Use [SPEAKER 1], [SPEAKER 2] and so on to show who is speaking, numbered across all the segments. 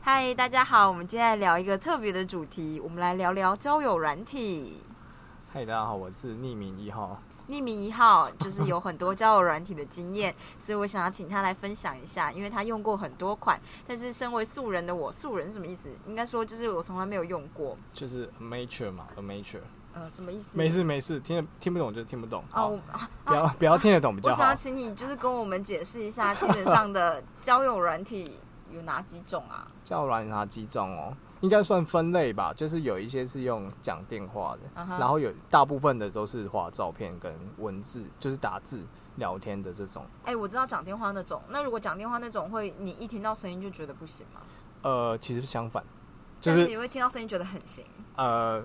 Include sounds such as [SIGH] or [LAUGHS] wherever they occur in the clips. [SPEAKER 1] 嗨，大家好，我们今天来聊一个特别的主题，我们来聊聊交友软体。
[SPEAKER 2] 嗨，大家好，我是匿名一号。
[SPEAKER 1] 匿名一号就是有很多交友软体的经
[SPEAKER 2] [LAUGHS]
[SPEAKER 1] 验，所以我想要请他来分享一下，因为他用过很多款，但是身为素人的我，素人是什么意思？应该说就是我从来没有用过，
[SPEAKER 2] 就是 amateur 嘛，amateur。
[SPEAKER 1] 呃，什么意思？
[SPEAKER 2] 没事没事，听得听不懂就听不懂。好
[SPEAKER 1] 哦，我啊
[SPEAKER 2] 不要不要听得懂比
[SPEAKER 1] 我
[SPEAKER 2] 较
[SPEAKER 1] 想
[SPEAKER 2] 好
[SPEAKER 1] 要。请你就是跟我们解释一下，基本上的交友软体有哪几种
[SPEAKER 2] [LAUGHS]
[SPEAKER 1] 啊？
[SPEAKER 2] 叫软茶几种哦，应该算分类吧，就是有一些是用讲电话的
[SPEAKER 1] 嗯哼
[SPEAKER 2] 然后有大部分的都是画照片跟文字，就是打字聊天的这种。
[SPEAKER 1] 哎、我知道讲电话那种，那如果讲电话那种会，你一听到声音就觉得不行吗？
[SPEAKER 2] 呃，其实相反，就
[SPEAKER 1] 但
[SPEAKER 2] 是
[SPEAKER 1] 你会听到声音觉得很行。
[SPEAKER 2] 呃，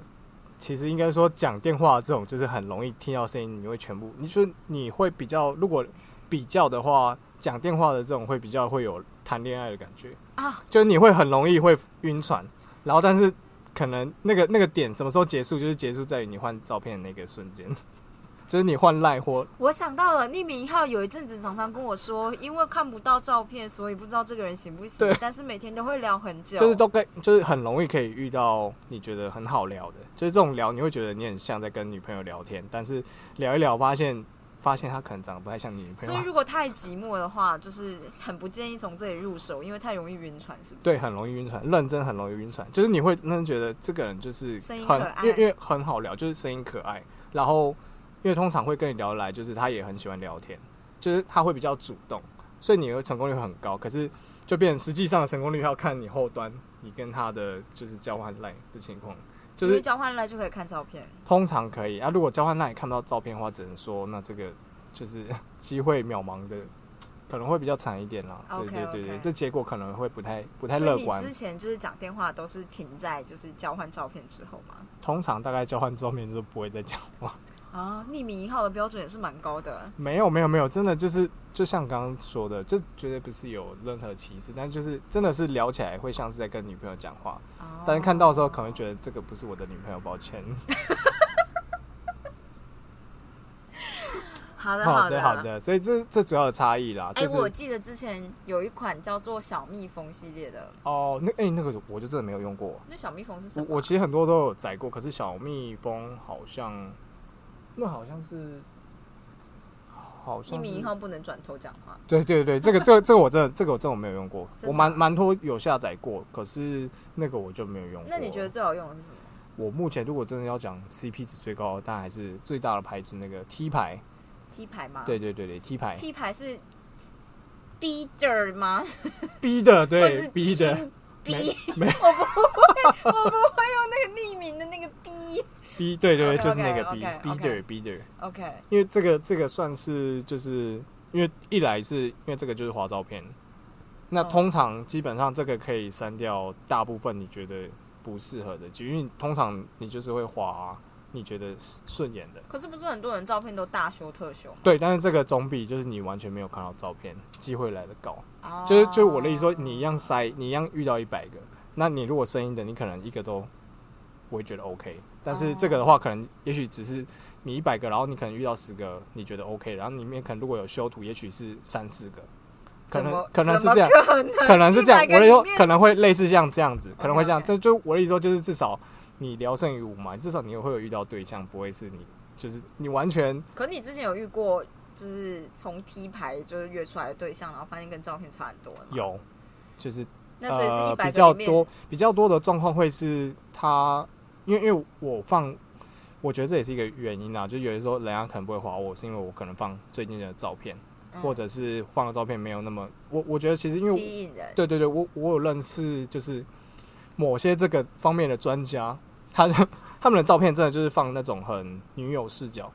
[SPEAKER 2] 其实应该说讲电话这种，就是很容易听到声音，你会全部，你说你会比较，如果比较的话，讲电话的这种会比较会有谈恋爱的感觉
[SPEAKER 1] 啊，
[SPEAKER 2] 就是你会很容易会晕船，然后但是可能那个那个点什么时候结束，就是结束在于你换照片的那个瞬间，就是你换赖或
[SPEAKER 1] 我想到了，匿名一号有一阵子常常跟我说，因为看不到照片，所以不知道这个人行不行
[SPEAKER 2] 对。
[SPEAKER 1] 但是每天都会聊很久，
[SPEAKER 2] 就是都跟就是很容易可以遇到你觉得很好聊的，就是这种聊你会觉得你很像在跟女朋友聊天，但是聊一聊发现发现她可能长得不太像你女朋
[SPEAKER 1] 所以
[SPEAKER 2] 友，
[SPEAKER 1] 如果太寂寞的话，就是很不建议从这里入手，因为太容易晕船，是不是？
[SPEAKER 2] 对，，很容易晕船，认真很容易晕船，就是你会认真觉得这个人就是
[SPEAKER 1] 声音
[SPEAKER 2] 很
[SPEAKER 1] 可爱
[SPEAKER 2] 因为因为很好聊，就是声音可爱，然后因为通常会跟你聊得来，就是他也很喜欢聊天，就是他会比较主动，所以你的成功率会很高，可是就变成实际上的成功率要看你后端你跟他的就是交换赖的情况，就
[SPEAKER 1] 因
[SPEAKER 2] 是
[SPEAKER 1] 为交换来就可以看照片。
[SPEAKER 2] 通常可以啊。如果交换那也看不到照片的话，只能说那这个就是 [LAUGHS] 机会渺茫的，可能会比较惨一点啦。
[SPEAKER 1] OK，
[SPEAKER 2] 对对对对
[SPEAKER 1] OK
[SPEAKER 2] 这结果可能会不太不太
[SPEAKER 1] 所
[SPEAKER 2] 乐
[SPEAKER 1] 以你
[SPEAKER 2] 观
[SPEAKER 1] 之。前就是讲电话都是停在就是交换照片之后嘛？
[SPEAKER 2] 通常大概交换照片就不会再讲话。
[SPEAKER 1] 啊，匿名一号的标准也是蛮高的。
[SPEAKER 2] 没有没有没有，真的就是就像刚刚说的，就绝对不是有任何歧视，但就是真的是聊起来会像是在跟女朋友讲话，
[SPEAKER 1] 哦
[SPEAKER 2] 但是看到的时候可能会觉得这个不是我的女朋友，
[SPEAKER 1] [LAUGHS]
[SPEAKER 2] 抱歉。
[SPEAKER 1] 好的
[SPEAKER 2] 好
[SPEAKER 1] 的
[SPEAKER 2] 的哦好。的，所以这这主要的差异啦，
[SPEAKER 1] 哎、
[SPEAKER 2] 就是、
[SPEAKER 1] 我记得之前有一款叫做小蜜蜂系列的，
[SPEAKER 2] 哦那哎、那个我就真的没有用过。
[SPEAKER 1] 那小蜜蜂是什
[SPEAKER 2] 我
[SPEAKER 1] 么啊？
[SPEAKER 2] 我其实很多都有载过，可是小蜜蜂好像，那好像是，好
[SPEAKER 1] 匿
[SPEAKER 2] 像
[SPEAKER 1] 名
[SPEAKER 2] 是
[SPEAKER 1] 以，后不能转头讲话。
[SPEAKER 2] 对对对，这个这个这个我真的这个我真的没有用过，
[SPEAKER 1] [LAUGHS] 真的
[SPEAKER 2] 我蛮蛮多有下载过，可是那个我就没有用过。
[SPEAKER 1] 那你觉得？最好用的是什么？
[SPEAKER 2] 我目前如果真的要讲 CP 值最高的，但还是最大的牌子那个 T 牌，
[SPEAKER 1] T 牌吗？
[SPEAKER 2] 对对对对 T 牌
[SPEAKER 1] ，T 牌是 Bider 吗？ [LAUGHS]
[SPEAKER 2] 逼的，
[SPEAKER 1] 或
[SPEAKER 2] 对
[SPEAKER 1] 是
[SPEAKER 2] 逼的
[SPEAKER 1] Team B？
[SPEAKER 2] 没没
[SPEAKER 1] 我不会，我不会用那个匿名的那个 B。
[SPEAKER 2] 逼，对对对，
[SPEAKER 1] OK，OK，
[SPEAKER 2] 就是那个
[SPEAKER 1] OK，
[SPEAKER 2] 逼
[SPEAKER 1] OK
[SPEAKER 2] 逼的逼的。
[SPEAKER 1] OK，
[SPEAKER 2] 因为这个这个算是就是因为一来是因为这个就是滑照片，那
[SPEAKER 1] 哦
[SPEAKER 2] 通常基本上这个可以删掉大部分你觉得不适合的，就因为通常你就是会滑你觉得顺眼的，
[SPEAKER 1] 可是不是很多人照片都大修特修吗？
[SPEAKER 2] 对，但是这个总比就是你完全没有看到照片机会来的高，
[SPEAKER 1] 哦
[SPEAKER 2] 就是就是我的意思说，你一样筛，你一样遇到一百个，那你如果声音的，你可能一个都不会觉得 OK，但是这个的
[SPEAKER 1] 哦
[SPEAKER 2] 话，可能也许只是你一百个，然后你可能遇到十个你觉得 OK，然后里面可能如果有修图，也许是三四个，可
[SPEAKER 1] 怎么
[SPEAKER 2] 能可能是
[SPEAKER 1] 怎么
[SPEAKER 2] 这样，
[SPEAKER 1] 可能
[SPEAKER 2] 可能是这样，
[SPEAKER 1] 100个
[SPEAKER 2] 我的意思说
[SPEAKER 1] 里面哦
[SPEAKER 2] 可能会类似像这样子，可能会这样，
[SPEAKER 1] OK，OK
[SPEAKER 2] 但就我的意思说，就是至少你聊胜于无嘛，至少你会有遇到对象，不会是你就是你完全
[SPEAKER 1] 可你之前有遇过，就是从 T 牌就是约出来的对象，然后发现跟照片差很多的吗？
[SPEAKER 2] 有，就是
[SPEAKER 1] 那所以是一
[SPEAKER 2] 呃、
[SPEAKER 1] 百
[SPEAKER 2] 比较
[SPEAKER 1] 个里面，
[SPEAKER 2] 多比较多的状况会是他，因为因为我放，我觉得这也是一个原因啊，就有的时候人家可能不会划我，是因为我可能放最近的照片，
[SPEAKER 1] 嗯
[SPEAKER 2] 或者是放的照片没有那么，我我觉得其实因为我
[SPEAKER 1] 吸引人。
[SPEAKER 2] 对对对，我我有认识就是某些这个方面的专家，他的他们的照片真的就是放那种很女友视角。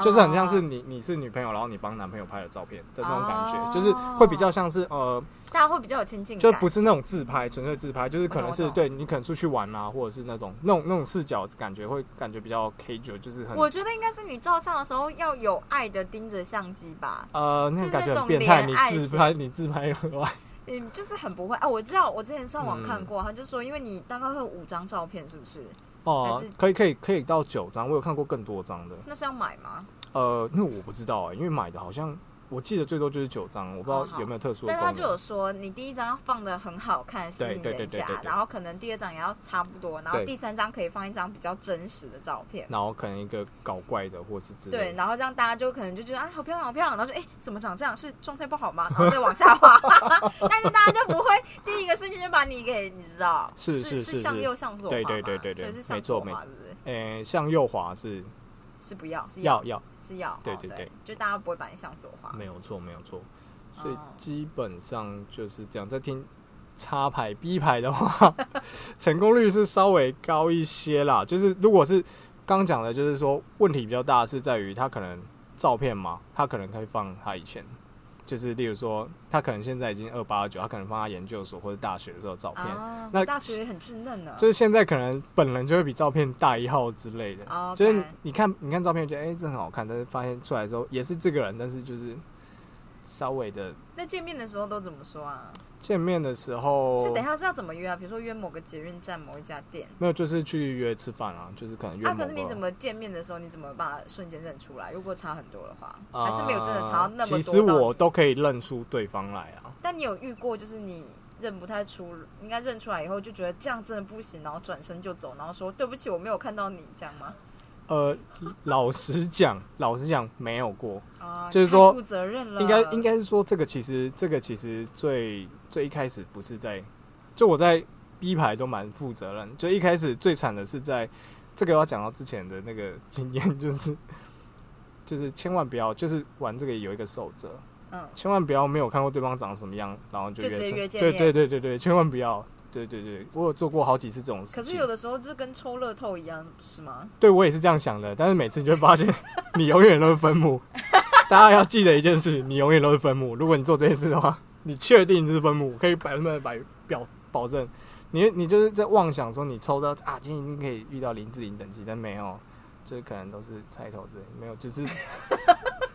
[SPEAKER 2] 就是很像是
[SPEAKER 1] 哦
[SPEAKER 2] 你你是女朋友，然后你帮男朋友拍的照片的那种感觉，
[SPEAKER 1] 哦
[SPEAKER 2] 就是会比较像是呃
[SPEAKER 1] 大家会比较有亲近
[SPEAKER 2] 就
[SPEAKER 1] 感，
[SPEAKER 2] 不是那种自拍，纯粹自拍，就是可能
[SPEAKER 1] 我
[SPEAKER 2] 是
[SPEAKER 1] 懂我
[SPEAKER 2] 对你可能出去玩啊，或者是那种那种那种视角，感觉会感觉比较 casual，就是很
[SPEAKER 1] 我觉得应该是你照相的时候要有爱的盯着相机吧，
[SPEAKER 2] 呃那
[SPEAKER 1] 就
[SPEAKER 2] 种
[SPEAKER 1] 是
[SPEAKER 2] 感
[SPEAKER 1] 那
[SPEAKER 2] 觉
[SPEAKER 1] 种
[SPEAKER 2] 很变态。
[SPEAKER 1] 恋
[SPEAKER 2] 你
[SPEAKER 1] 爱
[SPEAKER 2] 自拍，你自拍有爱，
[SPEAKER 1] 嗯，就是很不会啊。我知道，我之前上网看
[SPEAKER 2] 嗯
[SPEAKER 1] 过，他就说，因为你大概会有五张照片，是不是？
[SPEAKER 2] 哦
[SPEAKER 1] 还是，
[SPEAKER 2] 可以可以可以到九张，我有看过更多张的。
[SPEAKER 1] 那是要买吗？
[SPEAKER 2] 欸呃，那我不知道啊、因为买的好像我记得最多就是九张，我不知
[SPEAKER 1] 好
[SPEAKER 2] 道
[SPEAKER 1] 好
[SPEAKER 2] 有没有特殊的
[SPEAKER 1] 但
[SPEAKER 2] 功
[SPEAKER 1] 他
[SPEAKER 2] 能。
[SPEAKER 1] 就有说，你第一张放的很好看，吸
[SPEAKER 2] 对
[SPEAKER 1] 引
[SPEAKER 2] 对对
[SPEAKER 1] 人
[SPEAKER 2] 对
[SPEAKER 1] 家
[SPEAKER 2] 对，对
[SPEAKER 1] 然后可能第二张也要差不多，然后
[SPEAKER 2] 对
[SPEAKER 1] 第三张可以放一张比较真实的照片。
[SPEAKER 2] 然后可能一个搞怪的或是之类
[SPEAKER 1] 对，
[SPEAKER 2] 的。
[SPEAKER 1] 然后这样大家就可能就觉得啊，好漂亮，好漂亮，然后就哎，怎么长这样？是状态不好吗？然后再往下
[SPEAKER 2] [LAUGHS]
[SPEAKER 1] 滑， [LAUGHS] 但是大家就不会第一个瞬间就把你给你知道，
[SPEAKER 2] 是
[SPEAKER 1] 是
[SPEAKER 2] 是是
[SPEAKER 1] 向
[SPEAKER 2] 是
[SPEAKER 1] 右向左滑
[SPEAKER 2] 对
[SPEAKER 1] 嘛，
[SPEAKER 2] 对对对对
[SPEAKER 1] 所以是
[SPEAKER 2] 没
[SPEAKER 1] 向
[SPEAKER 2] 错
[SPEAKER 1] 左
[SPEAKER 2] 没
[SPEAKER 1] 嘛，
[SPEAKER 2] 错
[SPEAKER 1] 对不对？
[SPEAKER 2] 诶、向右滑是
[SPEAKER 1] 是不要，是
[SPEAKER 2] 要要，
[SPEAKER 1] 是要，
[SPEAKER 2] 对
[SPEAKER 1] 哦
[SPEAKER 2] 对对，
[SPEAKER 1] 就大家不会把你向左滑，
[SPEAKER 2] 没有错没有错。所以
[SPEAKER 1] 哦
[SPEAKER 2] 基本上就是这样。在听插牌 B 牌的话， [LAUGHS] 成功率是稍微高一些啦。就是如果是刚讲的，就是说问题比较大是在于他可能照片嘛，他可能可以放他以前。就是例如说，他可能现在已经二八九，他可能放他研究所或者大学的时候的照片，
[SPEAKER 1] 啊，
[SPEAKER 2] 那
[SPEAKER 1] 大学很稚嫩呢，
[SPEAKER 2] 就是现在可能本人就会比照片大一号之类的。
[SPEAKER 1] 哦 OK
[SPEAKER 2] 就是你看你看照片，觉得哎、这很好看，但是发现出来之后也是这个人，但是就是稍微的
[SPEAKER 1] 那见面的时候都怎么说啊？
[SPEAKER 2] 见面的时候
[SPEAKER 1] 是等一下是要怎么约啊？比如说约某个捷运站、某一家店
[SPEAKER 2] 没有，就是去约吃饭啊，就是可能约
[SPEAKER 1] 啊，
[SPEAKER 2] 某个。
[SPEAKER 1] 可是你怎么见面的时候，你怎么把它瞬间认出来？如果差很多的话，
[SPEAKER 2] 啊
[SPEAKER 1] 还是没有真的差到那么多。
[SPEAKER 2] 其实我，都可以认出对方来啊。
[SPEAKER 1] 但你有遇过就是你认不太出，应该认出来以后就觉得这样真的不行，然后转身就走，然后说对不起，我没有看到你，这样吗？
[SPEAKER 2] 呃，老实讲，老实讲没有过，
[SPEAKER 1] 啊，
[SPEAKER 2] 就是说
[SPEAKER 1] 太负责任了，
[SPEAKER 2] 应该应该是说这个其实这个其实最最一开始不是在，就我在 B 排都蛮负责任，就一开始最惨的是在这个要讲到之前的那个经验，就是 [LAUGHS] 就是千万不要就是玩这个有一个守则，
[SPEAKER 1] 嗯，
[SPEAKER 2] 千万不要没有看过对方长什么样，然后就
[SPEAKER 1] 就直接
[SPEAKER 2] 出
[SPEAKER 1] 约见
[SPEAKER 2] 对
[SPEAKER 1] 面
[SPEAKER 2] 对对对对，千万不要。对对对，我有做过好几次这种事情。
[SPEAKER 1] 可是有的时候就是跟抽乐透一样，是
[SPEAKER 2] [LAUGHS]
[SPEAKER 1] 吗？
[SPEAKER 2] 对我也是这样想的，但是每次你就会发现，你永远都是分母。大家要记得一件事，你永远都是分母。如果你做这件事的话，你确定是分母，我可以百分之百表保证。你你就是在妄想说你抽到啊，今天一定可以遇到林志玲等级，但没有，就是可能都是菜头之类，没有，就是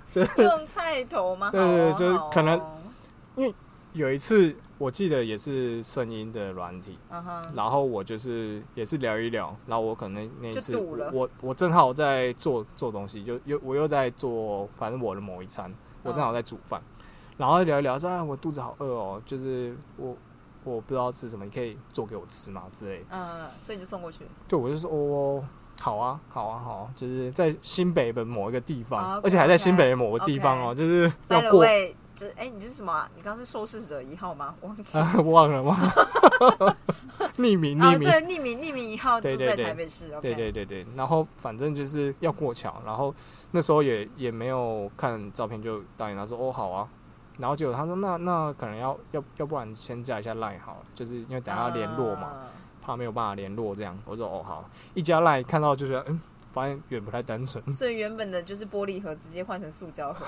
[SPEAKER 2] 就是
[SPEAKER 1] 用菜头吗？
[SPEAKER 2] 对对
[SPEAKER 1] 好哦
[SPEAKER 2] 就是
[SPEAKER 1] 好哦
[SPEAKER 2] 可能有一次我记得也是声音的软体，
[SPEAKER 1] 嗯哼，
[SPEAKER 2] 然后我就是也是聊一聊，然后我可能那一次
[SPEAKER 1] 就赌了
[SPEAKER 2] 我我正好在做做东西，就又我又在做，反正我的某一餐，我正好在煮饭，然后聊一聊说啊，我肚子好饿哦，就是我我不知道吃什么，你可以做给我吃嘛之类的。
[SPEAKER 1] 嗯，所以你就送过去。
[SPEAKER 2] 对，我就说哦，好啊，好啊，好啊就是在新北的某一个地方，
[SPEAKER 1] 哦 OK，
[SPEAKER 2] 而且还在新北的某个地方哦
[SPEAKER 1] OK
[SPEAKER 2] 就是要
[SPEAKER 1] By the
[SPEAKER 2] 过
[SPEAKER 1] way，这哎、你这是什么啊、你刚刚是受试者一号吗？忘记了。
[SPEAKER 2] 啊， [LAUGHS]
[SPEAKER 1] [LAUGHS]
[SPEAKER 2] 忘了忘了，匿名
[SPEAKER 1] 啊，
[SPEAKER 2] 匿名
[SPEAKER 1] 对，，匿名匿名一号
[SPEAKER 2] 对
[SPEAKER 1] 住
[SPEAKER 2] 对
[SPEAKER 1] 在
[SPEAKER 2] 对
[SPEAKER 1] 台北市。OK，
[SPEAKER 2] 对对对对，然后反正就是要过桥，然后那时候也也没有看照片就答应他说哦好啊，然后结果他说那那可能要要要不然先加一下 line 好了，就是因为等下要联络嘛，
[SPEAKER 1] 啊
[SPEAKER 2] 怕没有办法联络这样，我说哦好，一加 line 看到就觉得嗯，发现远不太单纯，
[SPEAKER 1] 所以原本的就是玻璃盒，直接换成塑胶盒，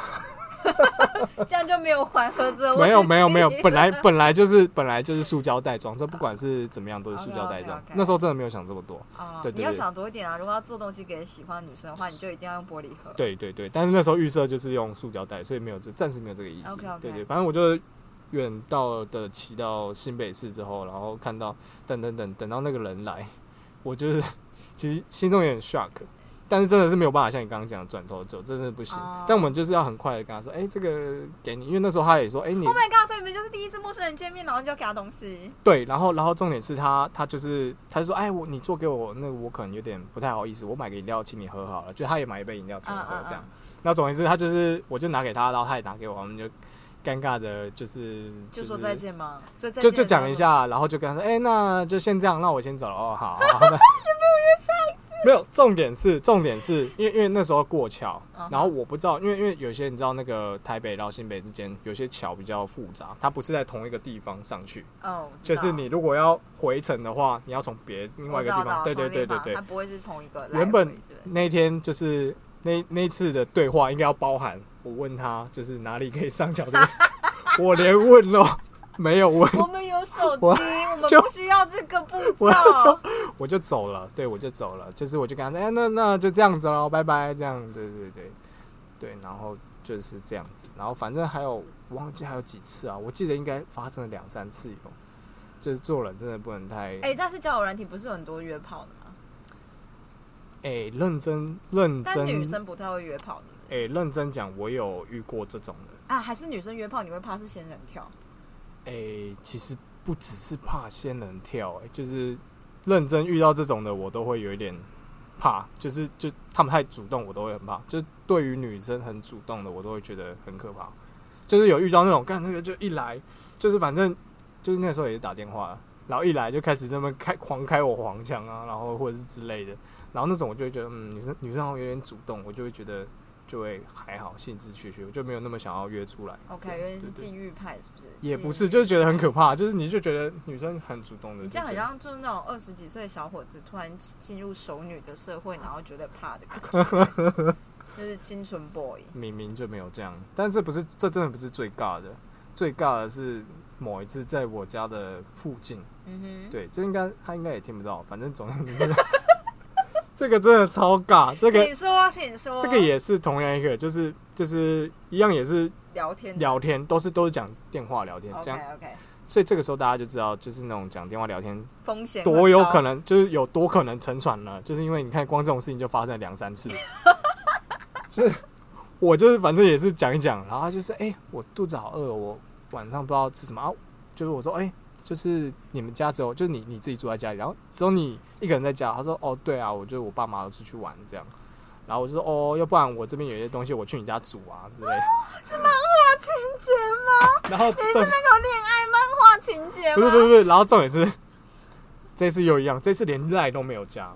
[SPEAKER 1] [LAUGHS] 这样就没有还盒子的问
[SPEAKER 2] 没
[SPEAKER 1] 题
[SPEAKER 2] 有没有没有， [LAUGHS] 本来本来就是本来就是塑胶袋装，这不管是怎么样都是塑胶袋装
[SPEAKER 1] OK，OK，OK
[SPEAKER 2] 那时候真的没有想这么多，
[SPEAKER 1] 啊
[SPEAKER 2] 对对对
[SPEAKER 1] 你要想多一点啊。如果要做东西给喜欢的女生的话，你就一定要用玻璃盒。
[SPEAKER 2] 对对对，但是那时候预设就是用塑胶袋，所以没有这暂时没有这个意义。
[SPEAKER 1] OK，OK
[SPEAKER 2] 对对，反正我就远道的骑到新北市之后，然后看到等等等等到那个人来，我就是其实心中有点 shock，但是真的是没有办法像你刚刚讲的转头走，真的不行。
[SPEAKER 1] 哦
[SPEAKER 2] 但我们就是要很快的跟他说，哎、这个给你，因为那时候他也说，哎、你
[SPEAKER 1] Oh my god！所以你们就是第一次陌生人见面，然后你就要给他东西。
[SPEAKER 2] 对，然后然后重点是他他就是他就说，哎，我你做给我那个我可能有点不太好意思，我买个饮料请你喝好了，就他也买一杯饮料请我喝
[SPEAKER 1] 嗯嗯嗯
[SPEAKER 2] 这样。那总而言之，他就是我就拿给他，然后他也拿给我，我们就尴尬的就是
[SPEAKER 1] 就是说再见吗？所以再
[SPEAKER 2] 就
[SPEAKER 1] 见
[SPEAKER 2] 就
[SPEAKER 1] 的时候
[SPEAKER 2] 讲一下，然后就跟他说，哎、那就先这样，那我先走了哦，
[SPEAKER 1] [LAUGHS]
[SPEAKER 2] 好，好那没有，重点是重点是因为因为那时候过桥
[SPEAKER 1] 嗯哼
[SPEAKER 2] 然后我不知道，因为因为有些你知道那个台北到新北之间有些桥比较复杂，它不是在同一个地方上去，
[SPEAKER 1] 哦，我知
[SPEAKER 2] 就
[SPEAKER 1] 道
[SPEAKER 2] 是你如果要回程的话，你要从别另外一个地方，
[SPEAKER 1] 我
[SPEAKER 2] 对
[SPEAKER 1] 知道
[SPEAKER 2] 对
[SPEAKER 1] 我知道从另一
[SPEAKER 2] 对对
[SPEAKER 1] 方它
[SPEAKER 2] 对。
[SPEAKER 1] 不会是从一个来
[SPEAKER 2] 原本
[SPEAKER 1] 回对
[SPEAKER 2] 那天就是那那一次的对话应该要包含我问他就是哪里可以上桥这
[SPEAKER 1] [LAUGHS]
[SPEAKER 2] 个，我连问咯没有问，
[SPEAKER 1] 我们有手机，
[SPEAKER 2] [LAUGHS] 我
[SPEAKER 1] 我们
[SPEAKER 2] 就
[SPEAKER 1] 不需要这个步骤
[SPEAKER 2] 我。我就走了，对我就走了，就是我就跟他说，哎，那那就这样子喽，拜拜，这样，对对对对，然后就是这样子，然后反正还有我忘记还有几次啊，我记得应该发生了两三次有，就是做人真的不能太
[SPEAKER 1] 哎、但是交友软体不是有很多约炮的吗？
[SPEAKER 2] 哎、认真认
[SPEAKER 1] 但
[SPEAKER 2] 真，
[SPEAKER 1] 女生不太会约炮的。
[SPEAKER 2] 哎、认真讲，我有遇过这种人，
[SPEAKER 1] 啊，还是女生约炮你会怕是仙人跳？
[SPEAKER 2] 诶、哎其实不只是怕仙人跳、诶就是认真遇到这种的，我都会有一点怕，就是就他们太主动，我都会很怕。就是对于女生很主动的，我都会觉得很可怕。就是有遇到那种干那个就一来，就是反正就是那时候也是打电话，然后一来就开始这么开狂开我黄腔啊，然后或者是之类的，然后那种我就会觉得嗯，女生女生好像有点主动，我就会觉得就会还好，兴致缺缺，我就没有那么想要约出来。
[SPEAKER 1] OK，
[SPEAKER 2] 这样
[SPEAKER 1] 有点是
[SPEAKER 2] 对对
[SPEAKER 1] 禁欲派，是不是？
[SPEAKER 2] 也不
[SPEAKER 1] 禁
[SPEAKER 2] 是，
[SPEAKER 1] 欲
[SPEAKER 2] 就是觉得很可怕，就是你就觉得女生很主动的，
[SPEAKER 1] 你这样
[SPEAKER 2] 就
[SPEAKER 1] 很
[SPEAKER 2] 觉得
[SPEAKER 1] 像就是那种二十几岁的小伙子突然进入熟女的社会，然后觉得怕的感
[SPEAKER 2] [LAUGHS]
[SPEAKER 1] 觉，就是清纯 boy。
[SPEAKER 2] 明明就没有这样，但这不是这真的不是最尬的，最尬的是某一次在我家的附近，
[SPEAKER 1] 嗯哼，
[SPEAKER 2] 对，这应该他应该也听不到，反正总之 [LAUGHS] 这个真的超尬，这个
[SPEAKER 1] 请说，请说。
[SPEAKER 2] 这个也是同样一个，就是就是一样也是
[SPEAKER 1] 聊天
[SPEAKER 2] 聊天，都是都是讲电话聊天这样，
[SPEAKER 1] OK 哦 OK，
[SPEAKER 2] 所以这个时候大家就知道，就是那种讲电话聊天
[SPEAKER 1] 风险
[SPEAKER 2] 多有可
[SPEAKER 1] 能。
[SPEAKER 2] 能，就是有多可能沉船了，就是因为你看光这种事情就发生了两三次，就是我就是反正也是讲一讲，然后他就是哎、我肚子好饿哦，我晚上不知道吃什么，啊、就是我说哎、就是你们家只有就是你你自己住在家里，然后只有你一个人在家，他说哦对啊，我就是我爸妈都出去玩这样。然后我就说哦，要不然我这边有一些东西，我去你家煮啊之类的。 [LAUGHS]
[SPEAKER 1] 是漫画情节吗？
[SPEAKER 2] 然后
[SPEAKER 1] 你
[SPEAKER 2] 剩
[SPEAKER 1] 是那种恋爱漫画情节
[SPEAKER 2] 不是
[SPEAKER 1] 吗？
[SPEAKER 2] 不是不是，然后重点是，这次又一样，这次连赖都没有加，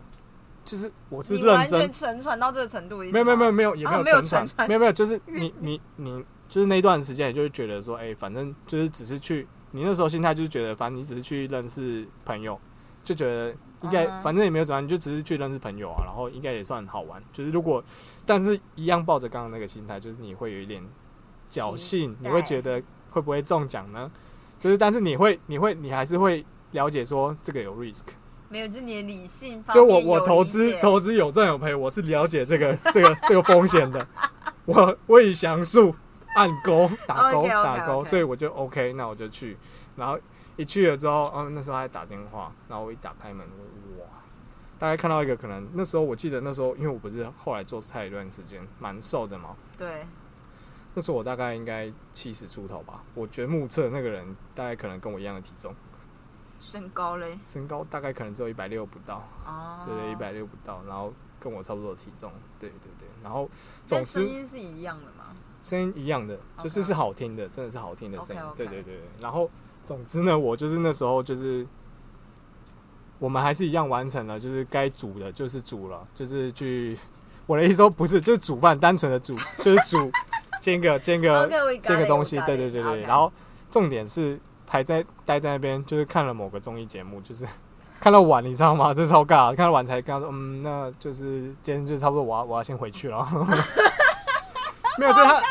[SPEAKER 2] 就是我是
[SPEAKER 1] 你完
[SPEAKER 2] 认真
[SPEAKER 1] 全，沉船到这个程度的意思
[SPEAKER 2] 没
[SPEAKER 1] 吗，
[SPEAKER 2] 有没有没有没有也
[SPEAKER 1] 啊
[SPEAKER 2] 没有
[SPEAKER 1] 没有
[SPEAKER 2] 沉船
[SPEAKER 1] 沉，船
[SPEAKER 2] 没有没有，
[SPEAKER 1] [LAUGHS]
[SPEAKER 2] 就是你你你就是那段时间，你就会觉得说，哎、反正就是只是去，你那时候心态就是觉得，反正你只是去认识朋友，就觉得应该、
[SPEAKER 1] 嗯哼
[SPEAKER 2] 反正也没有怎么样，你就只是去认识朋友啊，然后应该也算好玩，就是如果但是一样抱着刚刚那个心态，就是你会有一点侥幸
[SPEAKER 1] 期，待
[SPEAKER 2] 你会觉得会不会中奖呢？就是，但是你会，你会，你还是会了解说这个有 risk。
[SPEAKER 1] 没有，就你的理性方
[SPEAKER 2] 就
[SPEAKER 1] 面
[SPEAKER 2] 我
[SPEAKER 1] 有
[SPEAKER 2] 我
[SPEAKER 1] 理
[SPEAKER 2] 投资
[SPEAKER 1] 解
[SPEAKER 2] 投资有赚有赔，我是了解这个这个这个风险的。我我以详述按勾打勾
[SPEAKER 1] OK，OK，OK
[SPEAKER 2] 打勾，所以我就 OK，那我就去。然后一去了之后，嗯，那时候还打电话，然后我一打开门，哇，大概看到一个可能那时候我记得那时候因为我不是后来做菜一段时间，蛮瘦的嘛，
[SPEAKER 1] 对，
[SPEAKER 2] 那时候我大概应该七十出头吧，我觉得目测那个人大概可能跟我一样的体重，
[SPEAKER 1] 身高嘞，
[SPEAKER 2] 身高大概可能只有一百六不到，
[SPEAKER 1] 哦，
[SPEAKER 2] 对对，一，百六不到，然后跟我差不多的体重，对对对，然后总
[SPEAKER 1] 但声
[SPEAKER 2] 之
[SPEAKER 1] 音是一样的嘛，
[SPEAKER 2] 声音一样的，就
[SPEAKER 1] OK
[SPEAKER 2] 是是好听的，真的是好听的声音，
[SPEAKER 1] OK，OK
[SPEAKER 2] 对对对对。然后总之呢，我就是那时候就是我们还是一样完成了，就是该煮的就是煮了，就是去我的意思说不是就是煮饭，单纯的煮就是煮 [LAUGHS] 煎个煎个
[SPEAKER 1] OK，我 got
[SPEAKER 2] 这个
[SPEAKER 1] it，
[SPEAKER 2] 东西，
[SPEAKER 1] 我 got
[SPEAKER 2] 对
[SPEAKER 1] it，
[SPEAKER 2] 对对对。
[SPEAKER 1] OK
[SPEAKER 2] 然后重点是还在待在那边，就是看了某个综艺节目，就是 [LAUGHS] 看到晚，你知道吗？ [LAUGHS] 真超尬，看到晚才跟他说，嗯，那就是今天就差不多，我要我要先回去了。 [LAUGHS] 没有，就是他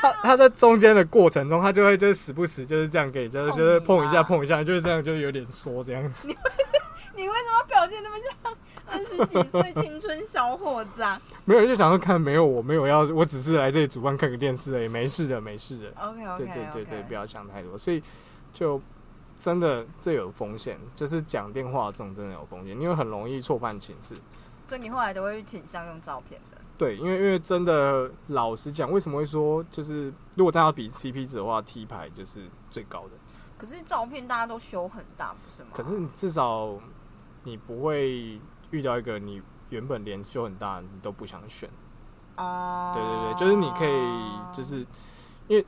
[SPEAKER 2] 他他在中间的过程中，他就会就是时不时就是这样给，就是
[SPEAKER 1] 碰
[SPEAKER 2] 就是
[SPEAKER 1] 你
[SPEAKER 2] 碰一下
[SPEAKER 1] 吧
[SPEAKER 2] 碰一下，就是这样，就是有点缩这样。 [LAUGHS]
[SPEAKER 1] 你为什么表现那么像二十几岁青春小伙子
[SPEAKER 2] [LAUGHS]
[SPEAKER 1] 啊
[SPEAKER 2] 没有，就想说看没有，我没有要，我只是来这里煮饭看个电视而已，没事的，没事的。
[SPEAKER 1] ？OK
[SPEAKER 2] 对
[SPEAKER 1] OK
[SPEAKER 2] 对
[SPEAKER 1] OK，
[SPEAKER 2] 对对，不要想太多。所以就真的这有风险，就是讲电话这种真的有风险，因为很容易错判情势。
[SPEAKER 1] 所以你后来都会倾向用照片的，
[SPEAKER 2] 对，因为因为真的老实讲，为什么会说就是如果真的要比 CP 值的话，T 牌就是最高的。
[SPEAKER 1] 可是照片大家都修很大，不是吗？
[SPEAKER 2] 可是你至少你不会遇到一个你原本连就很大你都不想选。
[SPEAKER 1] 哦，
[SPEAKER 2] 对对对，就是你可以就是因为。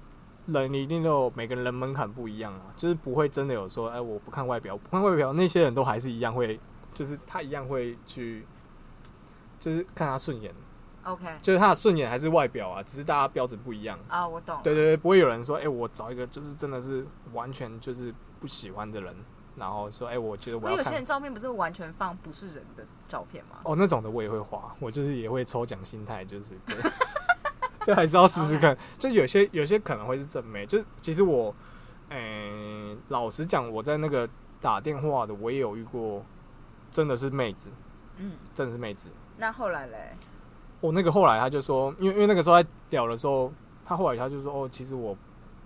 [SPEAKER 2] 人你一定都有每个人门槛不一样啊，就是不会真的有说，哎，我不看外表，不看外表，那些人都还是一样会，就是他一样会去，就是看他顺眼，
[SPEAKER 1] OK
[SPEAKER 2] 就是他的顺眼还是外表啊，只是大家标准不一样。
[SPEAKER 1] 啊，我懂，
[SPEAKER 2] 对对对，不会有人说，哎、我找一个就是真的是完全就是不喜欢的人，然后说，哎、我觉得
[SPEAKER 1] 不过
[SPEAKER 2] 我要
[SPEAKER 1] 有些
[SPEAKER 2] 看
[SPEAKER 1] 人照片不是完全放不是人的照片吗？
[SPEAKER 2] 哦那种的我也会花，我就是也会抽奖心态，就是对， [LAUGHS] 就还是要试试看。就有些有些可能会是正妹，就是其实我，嗯、老实讲，我在那个打电话的，我也有遇过，真的是妹子，
[SPEAKER 1] 嗯，
[SPEAKER 2] 真的是妹子。
[SPEAKER 1] 那后来嘞，
[SPEAKER 2] 我那个后来他就说，因为因为那个时候在聊的时候，他后来他就说，哦，其实我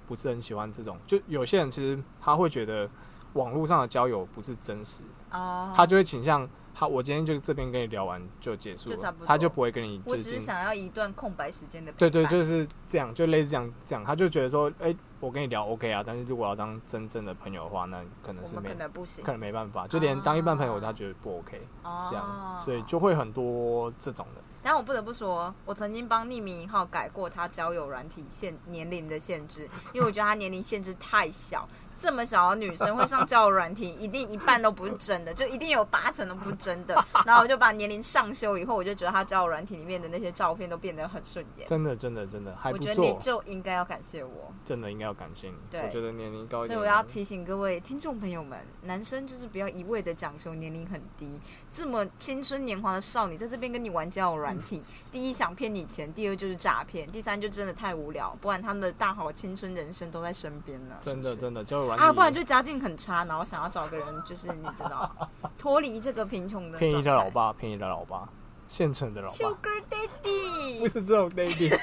[SPEAKER 2] 不是很喜欢这种，就有些人其实他会觉得网络上的交友不是真实，
[SPEAKER 1] 哦，
[SPEAKER 2] 他就会倾向他我今天就这边跟你聊完就结束
[SPEAKER 1] 就差
[SPEAKER 2] 了
[SPEAKER 1] 不，多
[SPEAKER 2] 他就不会跟你
[SPEAKER 1] 我
[SPEAKER 2] 就
[SPEAKER 1] 只是
[SPEAKER 2] 经
[SPEAKER 1] 想要一段空白时间的陪
[SPEAKER 2] 对
[SPEAKER 1] 伴。
[SPEAKER 2] 对，就是这样，就类似这样这样，他就觉得说，哎、我跟你聊 OK 啊，但是如果要当真正的朋友的话，那可能
[SPEAKER 1] 我
[SPEAKER 2] 是
[SPEAKER 1] 们
[SPEAKER 2] 没
[SPEAKER 1] 可能不行
[SPEAKER 2] 可能没办法，就连当一般朋友他觉得不 OK，、
[SPEAKER 1] 哦，
[SPEAKER 2] 这样，所以就会很多这种的。
[SPEAKER 1] 但我不得不说，我曾经帮匿名一号改过他交友软体限年龄的限制，因为我觉得他年龄限制太小，这么小的女生会上交友软体，一定一半都不是真的，就一定有八成都不是真的。然后我就把年龄上修以后，我就觉得他交友软体里面的那些照片都变得很顺眼。
[SPEAKER 2] 真的真的真的还
[SPEAKER 1] 我
[SPEAKER 2] 不
[SPEAKER 1] 觉得你
[SPEAKER 2] 错，
[SPEAKER 1] 就应该要感谢我，
[SPEAKER 2] 真的应该要感谢你。
[SPEAKER 1] 对
[SPEAKER 2] 我觉得年龄高一
[SPEAKER 1] 所以
[SPEAKER 2] 点，
[SPEAKER 1] 我要提醒各位听众朋友们，男生就是不要一味的讲求年龄很低，这么青春年华的少女在这边跟你玩交友软
[SPEAKER 2] [LAUGHS]
[SPEAKER 1] 体，第一想骗你钱，第二就是诈骗，第三就真的太无聊，不然他们的大好青春人生都在身边呢。
[SPEAKER 2] 真
[SPEAKER 1] 是
[SPEAKER 2] 的
[SPEAKER 1] 不是
[SPEAKER 2] 真的交友软
[SPEAKER 1] 啊，不然
[SPEAKER 2] 体
[SPEAKER 1] 就家境很差，然后想要找个人，就是你知道，脱离这个贫
[SPEAKER 2] [LAUGHS]
[SPEAKER 1] 穷的
[SPEAKER 2] 便宜的
[SPEAKER 1] 状态
[SPEAKER 2] 老爸，便宜的老爸，现成的老爸，
[SPEAKER 1] ，Sugar
[SPEAKER 2] 不
[SPEAKER 1] Daddy，
[SPEAKER 2] 是这种 daddy，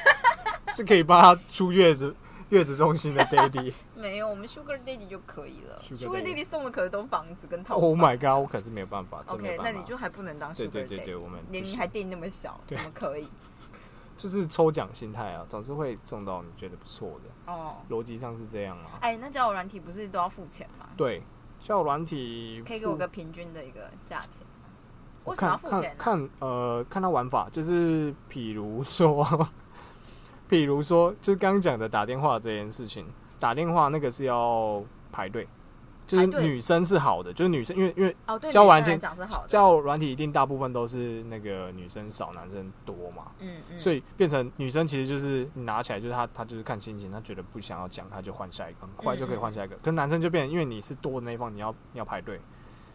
[SPEAKER 2] 是 [LAUGHS] 可以帮他出月子月子中心的
[SPEAKER 1] [LAUGHS]
[SPEAKER 2] daddy。
[SPEAKER 1] 没有，我们 Sugar Daddy 就可以了。
[SPEAKER 2] Sugar
[SPEAKER 1] Sugar
[SPEAKER 2] Daddy
[SPEAKER 1] Daddy 送的可是都房子跟套
[SPEAKER 2] Oh
[SPEAKER 1] 房。
[SPEAKER 2] my god，我可是没有办法，真没
[SPEAKER 1] OK，
[SPEAKER 2] 有
[SPEAKER 1] 那
[SPEAKER 2] 办
[SPEAKER 1] 你
[SPEAKER 2] 法。
[SPEAKER 1] 就还不能当 Sugar
[SPEAKER 2] 对
[SPEAKER 1] Daddy，
[SPEAKER 2] 对对对，我们不
[SPEAKER 1] 年龄
[SPEAKER 2] 行
[SPEAKER 1] 还定那么小，怎么可以？
[SPEAKER 2] 就是抽奖心态啊，总是会中到你觉得不错的，
[SPEAKER 1] 哦，
[SPEAKER 2] 逻辑上是这样啊。
[SPEAKER 1] 哎，那交友软体不是都要付钱吗？
[SPEAKER 2] 对，交友软体
[SPEAKER 1] 可以给
[SPEAKER 2] 付
[SPEAKER 1] 我个平均的一个价钱吗。为什么
[SPEAKER 2] 看
[SPEAKER 1] 要付钱啊呢、
[SPEAKER 2] 看看呃，看他玩法，就是比如说， [LAUGHS] 比如说，就是刚刚讲的打电话这件事情，打电话那个是要排队，就是
[SPEAKER 1] 排队
[SPEAKER 2] 女生是好的，就是女生，因为因为
[SPEAKER 1] 哦，对，
[SPEAKER 2] 交友
[SPEAKER 1] 女生
[SPEAKER 2] 软件
[SPEAKER 1] 来讲是好的。
[SPEAKER 2] 交友软体一定大部分都是那个女生少，男生多嘛，
[SPEAKER 1] 嗯嗯，
[SPEAKER 2] 所
[SPEAKER 1] 以
[SPEAKER 2] 以变成女生其实就是你拿起来就是她，她就是看心情，她觉得不想要讲，她就换下一个，很快就可以换下一个。
[SPEAKER 1] 嗯
[SPEAKER 2] 可是男生就变成，因为你是多的那一方，你要你要排队，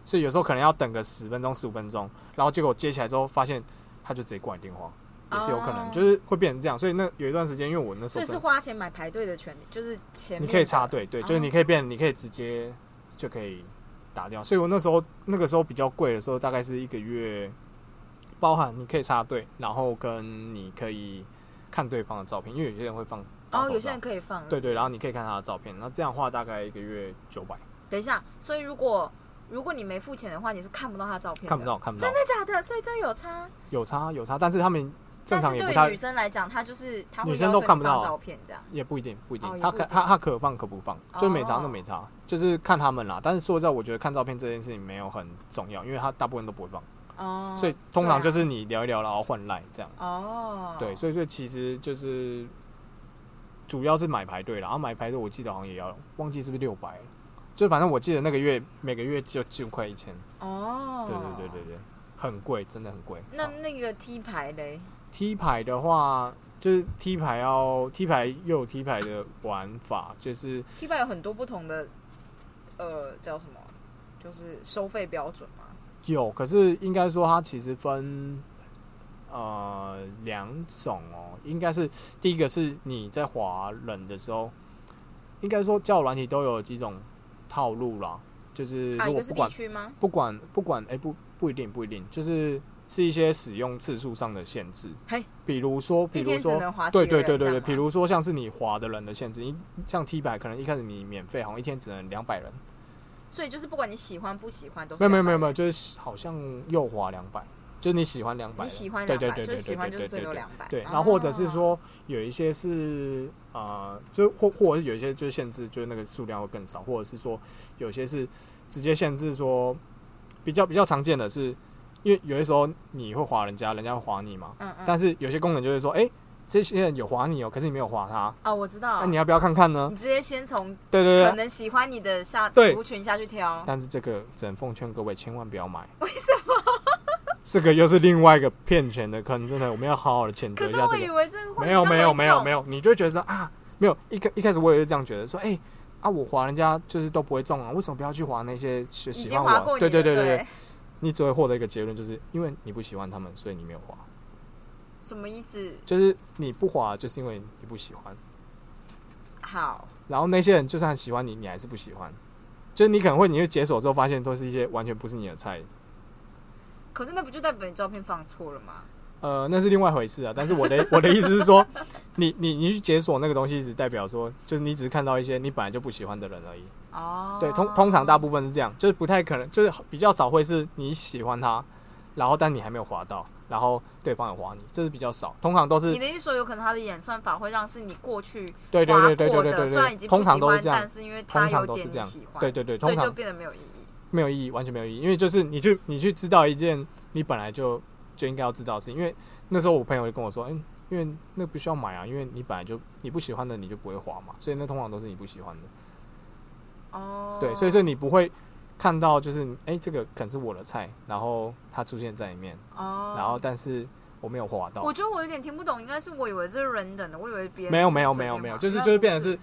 [SPEAKER 2] 所以有时候可能要等个十分钟、十五分钟，然后结果接起来之后发现他就直接挂你电话，也是有可能，
[SPEAKER 1] 哦
[SPEAKER 2] 就是会变成这样。所以那有一段时间，因为我那时
[SPEAKER 1] 所
[SPEAKER 2] 候
[SPEAKER 1] 以是
[SPEAKER 2] 真的
[SPEAKER 1] 花钱买排队的权利，就是前
[SPEAKER 2] 你
[SPEAKER 1] 面
[SPEAKER 2] 可以插
[SPEAKER 1] 的
[SPEAKER 2] 队，对，
[SPEAKER 1] 哦
[SPEAKER 2] 就是你可以变，你可以直接就可以打掉。所以我那时候那个时候比较贵的时候，大概是一个月，包含你可以插队，然后跟你可以看对方的照片，因为有些人会放，
[SPEAKER 1] 哦，
[SPEAKER 2] 放
[SPEAKER 1] 有些人
[SPEAKER 2] 照
[SPEAKER 1] 可以放。
[SPEAKER 2] 对对，然后你可以看他的照片，那这样的话大概一个月九百，
[SPEAKER 1] 等一下，所以如果如果你没付钱的话，你是看不到他的照片的，
[SPEAKER 2] 看不，到看不到
[SPEAKER 1] 真，的假的？所以这有差。
[SPEAKER 2] 有差有差，但是他们
[SPEAKER 1] 但
[SPEAKER 2] 正
[SPEAKER 1] 是
[SPEAKER 2] 常也不
[SPEAKER 1] 对于
[SPEAKER 2] 太
[SPEAKER 1] 女生来讲，她就是她会
[SPEAKER 2] 女生
[SPEAKER 1] 要
[SPEAKER 2] 都
[SPEAKER 1] 求你
[SPEAKER 2] 看不
[SPEAKER 1] 放
[SPEAKER 2] 到啊
[SPEAKER 1] 照片这样。
[SPEAKER 2] 也不一定，不一定
[SPEAKER 1] 哦，也
[SPEAKER 2] 他
[SPEAKER 1] 不一
[SPEAKER 2] 可
[SPEAKER 1] 定
[SPEAKER 2] 他他可放可不放，就每张
[SPEAKER 1] 哦
[SPEAKER 2] 都没差，就是看他们啦。但是说实在，我觉得看照片这件事情没有很重要，因为他大部分都不会放。
[SPEAKER 1] 哦，
[SPEAKER 2] 所以通常
[SPEAKER 1] 对
[SPEAKER 2] 就
[SPEAKER 1] 啊
[SPEAKER 2] 是你聊一聊，然后换赖这样。
[SPEAKER 1] 哦，
[SPEAKER 2] 对，所以所以其实就是主要是买排队啦，然后买排队我记得好像也要忘记是不是六百，就反正我记得那个月每个月就就快一千。
[SPEAKER 1] 哦，
[SPEAKER 2] 对对对对对，很贵，真的很贵。
[SPEAKER 1] 那
[SPEAKER 2] 啊
[SPEAKER 1] 那个 T 牌嘞？
[SPEAKER 2] T 牌的话，就是 T 牌要 T 牌又有 T 牌的玩法，就是。
[SPEAKER 1] T 牌有很多不同的，呃，叫什么？就是收费标准嘛。
[SPEAKER 2] 有，可是应该说它其实分呃两种哦，应该是第一个是你在滑人的时候，应该说交友软体都有几种套路啦，就是
[SPEAKER 1] 啊，
[SPEAKER 2] 如
[SPEAKER 1] 一
[SPEAKER 2] 果
[SPEAKER 1] 个是
[SPEAKER 2] 不
[SPEAKER 1] 地
[SPEAKER 2] 管、
[SPEAKER 1] 区吗？
[SPEAKER 2] 不管不管哎、不不一定不一定，就是是一些使用次数上的限制
[SPEAKER 1] 嘿，
[SPEAKER 2] 比如说比
[SPEAKER 1] 一
[SPEAKER 2] 如
[SPEAKER 1] 天只
[SPEAKER 2] 说。
[SPEAKER 1] 能划
[SPEAKER 2] 对
[SPEAKER 1] 几个
[SPEAKER 2] 对
[SPEAKER 1] 人
[SPEAKER 2] 对对
[SPEAKER 1] 这
[SPEAKER 2] 对，
[SPEAKER 1] 样吗
[SPEAKER 2] 比如说像是你滑的人的限制，你像 T 百可能一开始你免费好像一天只能两百人，
[SPEAKER 1] 所以就是不管你喜欢不喜欢都是
[SPEAKER 2] 没有没有
[SPEAKER 1] 200
[SPEAKER 2] 没有没有，就是好像右滑两百，就是你喜欢两百，
[SPEAKER 1] 你喜欢
[SPEAKER 2] 对
[SPEAKER 1] 两
[SPEAKER 2] 对
[SPEAKER 1] 百，
[SPEAKER 2] 对
[SPEAKER 1] 就
[SPEAKER 2] 对
[SPEAKER 1] 是喜
[SPEAKER 2] 对
[SPEAKER 1] 欢
[SPEAKER 2] 对
[SPEAKER 1] 就是
[SPEAKER 2] 对
[SPEAKER 1] 最多
[SPEAKER 2] 对
[SPEAKER 1] 两百。
[SPEAKER 2] 对，
[SPEAKER 1] 哦
[SPEAKER 2] 然后或者是，说有一些是呃，就或或者是有一些就是限制，就是那个数量会更少，或者是说有些是直接限制说比较比较常见的是，因为有些时候你会划人家，人家会划你嘛，
[SPEAKER 1] 嗯嗯，
[SPEAKER 2] 但是有些功能就会说，哎，这些人有划你哦，可是你没有划他，
[SPEAKER 1] 哦，我知
[SPEAKER 2] 那
[SPEAKER 1] 道，
[SPEAKER 2] 你要不要看看呢
[SPEAKER 1] 你？直接先从
[SPEAKER 2] 对对
[SPEAKER 1] 可
[SPEAKER 2] 对。
[SPEAKER 1] 能喜欢你的下
[SPEAKER 2] 对
[SPEAKER 1] 族群下去挑。
[SPEAKER 2] 但是这个只能奉劝各位千万不要买。为什
[SPEAKER 1] [LAUGHS]
[SPEAKER 2] 么？这个又是另外一个骗钱的坑，真的我们要好好的谴
[SPEAKER 1] 可
[SPEAKER 2] 责一
[SPEAKER 1] 是
[SPEAKER 2] 下
[SPEAKER 1] 我
[SPEAKER 2] 这
[SPEAKER 1] 以
[SPEAKER 2] 个。
[SPEAKER 1] 为这个会
[SPEAKER 2] 没有没有没有没
[SPEAKER 1] 有，
[SPEAKER 2] 有，你就会觉得说啊，没有一开一开始我也是这样觉得，说哎、啊我划人家就是都不会中啊，为什么不要去划那些喜
[SPEAKER 1] 已
[SPEAKER 2] 喜
[SPEAKER 1] 经
[SPEAKER 2] 欢
[SPEAKER 1] 划
[SPEAKER 2] 我
[SPEAKER 1] 过
[SPEAKER 2] 的？
[SPEAKER 1] 你了
[SPEAKER 2] 对对对
[SPEAKER 1] 对
[SPEAKER 2] 对，对，你只会获得一个结论，就是因为你不喜欢他们，所以你没有划。
[SPEAKER 1] 什么意思？
[SPEAKER 2] 就是你不划，就是因为你不喜欢。
[SPEAKER 1] 好，
[SPEAKER 2] 然后那些人就算喜欢你，你还是不喜欢。就是你可能会，你会解锁之后发现都是一些完全不是你的菜，
[SPEAKER 1] 可是那不就代表你照片放错了吗？
[SPEAKER 2] 呃，那是另外一回事啊。但是我
[SPEAKER 1] [LAUGHS]
[SPEAKER 2] 的我的意思是说，你你你去解锁那个东西，只代表说，就是你只是看到一些你本来就不喜欢的人而已。
[SPEAKER 1] 哦，
[SPEAKER 2] 对，通通常大部分是这样，就是不太可能，就是比较少会是你喜欢他，然后但你还没有滑到，然后对方也滑你，这是比较少，通常都是
[SPEAKER 1] 你的意思说，有可能他的演算法会让是你过去
[SPEAKER 2] 对对
[SPEAKER 1] 划
[SPEAKER 2] 对对
[SPEAKER 1] 过
[SPEAKER 2] 对
[SPEAKER 1] 的
[SPEAKER 2] 对
[SPEAKER 1] 虽然已
[SPEAKER 2] 对，
[SPEAKER 1] 经
[SPEAKER 2] 通
[SPEAKER 1] 不喜
[SPEAKER 2] 常都
[SPEAKER 1] 欢
[SPEAKER 2] 是，这样
[SPEAKER 1] 但，是因为他
[SPEAKER 2] 通
[SPEAKER 1] 有
[SPEAKER 2] 常都
[SPEAKER 1] 点
[SPEAKER 2] 是
[SPEAKER 1] 你
[SPEAKER 2] 这样
[SPEAKER 1] 喜，欢，
[SPEAKER 2] 对对对，
[SPEAKER 1] 所
[SPEAKER 2] 通
[SPEAKER 1] 以就
[SPEAKER 2] 常
[SPEAKER 1] 变得没有意义。
[SPEAKER 2] 没有意义，完全没有意义，因为就是你去你去知道一件你本来就就应该要知道的事情，因为那时候我朋友就跟我说，嗯、因为那不需要买啊，因为你本来就你不喜欢的你就不会滑嘛，所以那通常都是你不喜欢的，
[SPEAKER 1] 哦，
[SPEAKER 2] 对，所以说你不会看到就是哎、这个可能是我的菜，然后它出现在里面，
[SPEAKER 1] 哦，
[SPEAKER 2] 然后但是我没有滑到
[SPEAKER 1] 我，觉得我有点听不懂，应该是我以为这是 random 的，我以为别人
[SPEAKER 2] 没有
[SPEAKER 1] 就是
[SPEAKER 2] 没有
[SPEAKER 1] 随
[SPEAKER 2] 没有
[SPEAKER 1] 便
[SPEAKER 2] 没有，
[SPEAKER 1] 玩
[SPEAKER 2] 就是
[SPEAKER 1] 那
[SPEAKER 2] 就是
[SPEAKER 1] 不
[SPEAKER 2] 变成是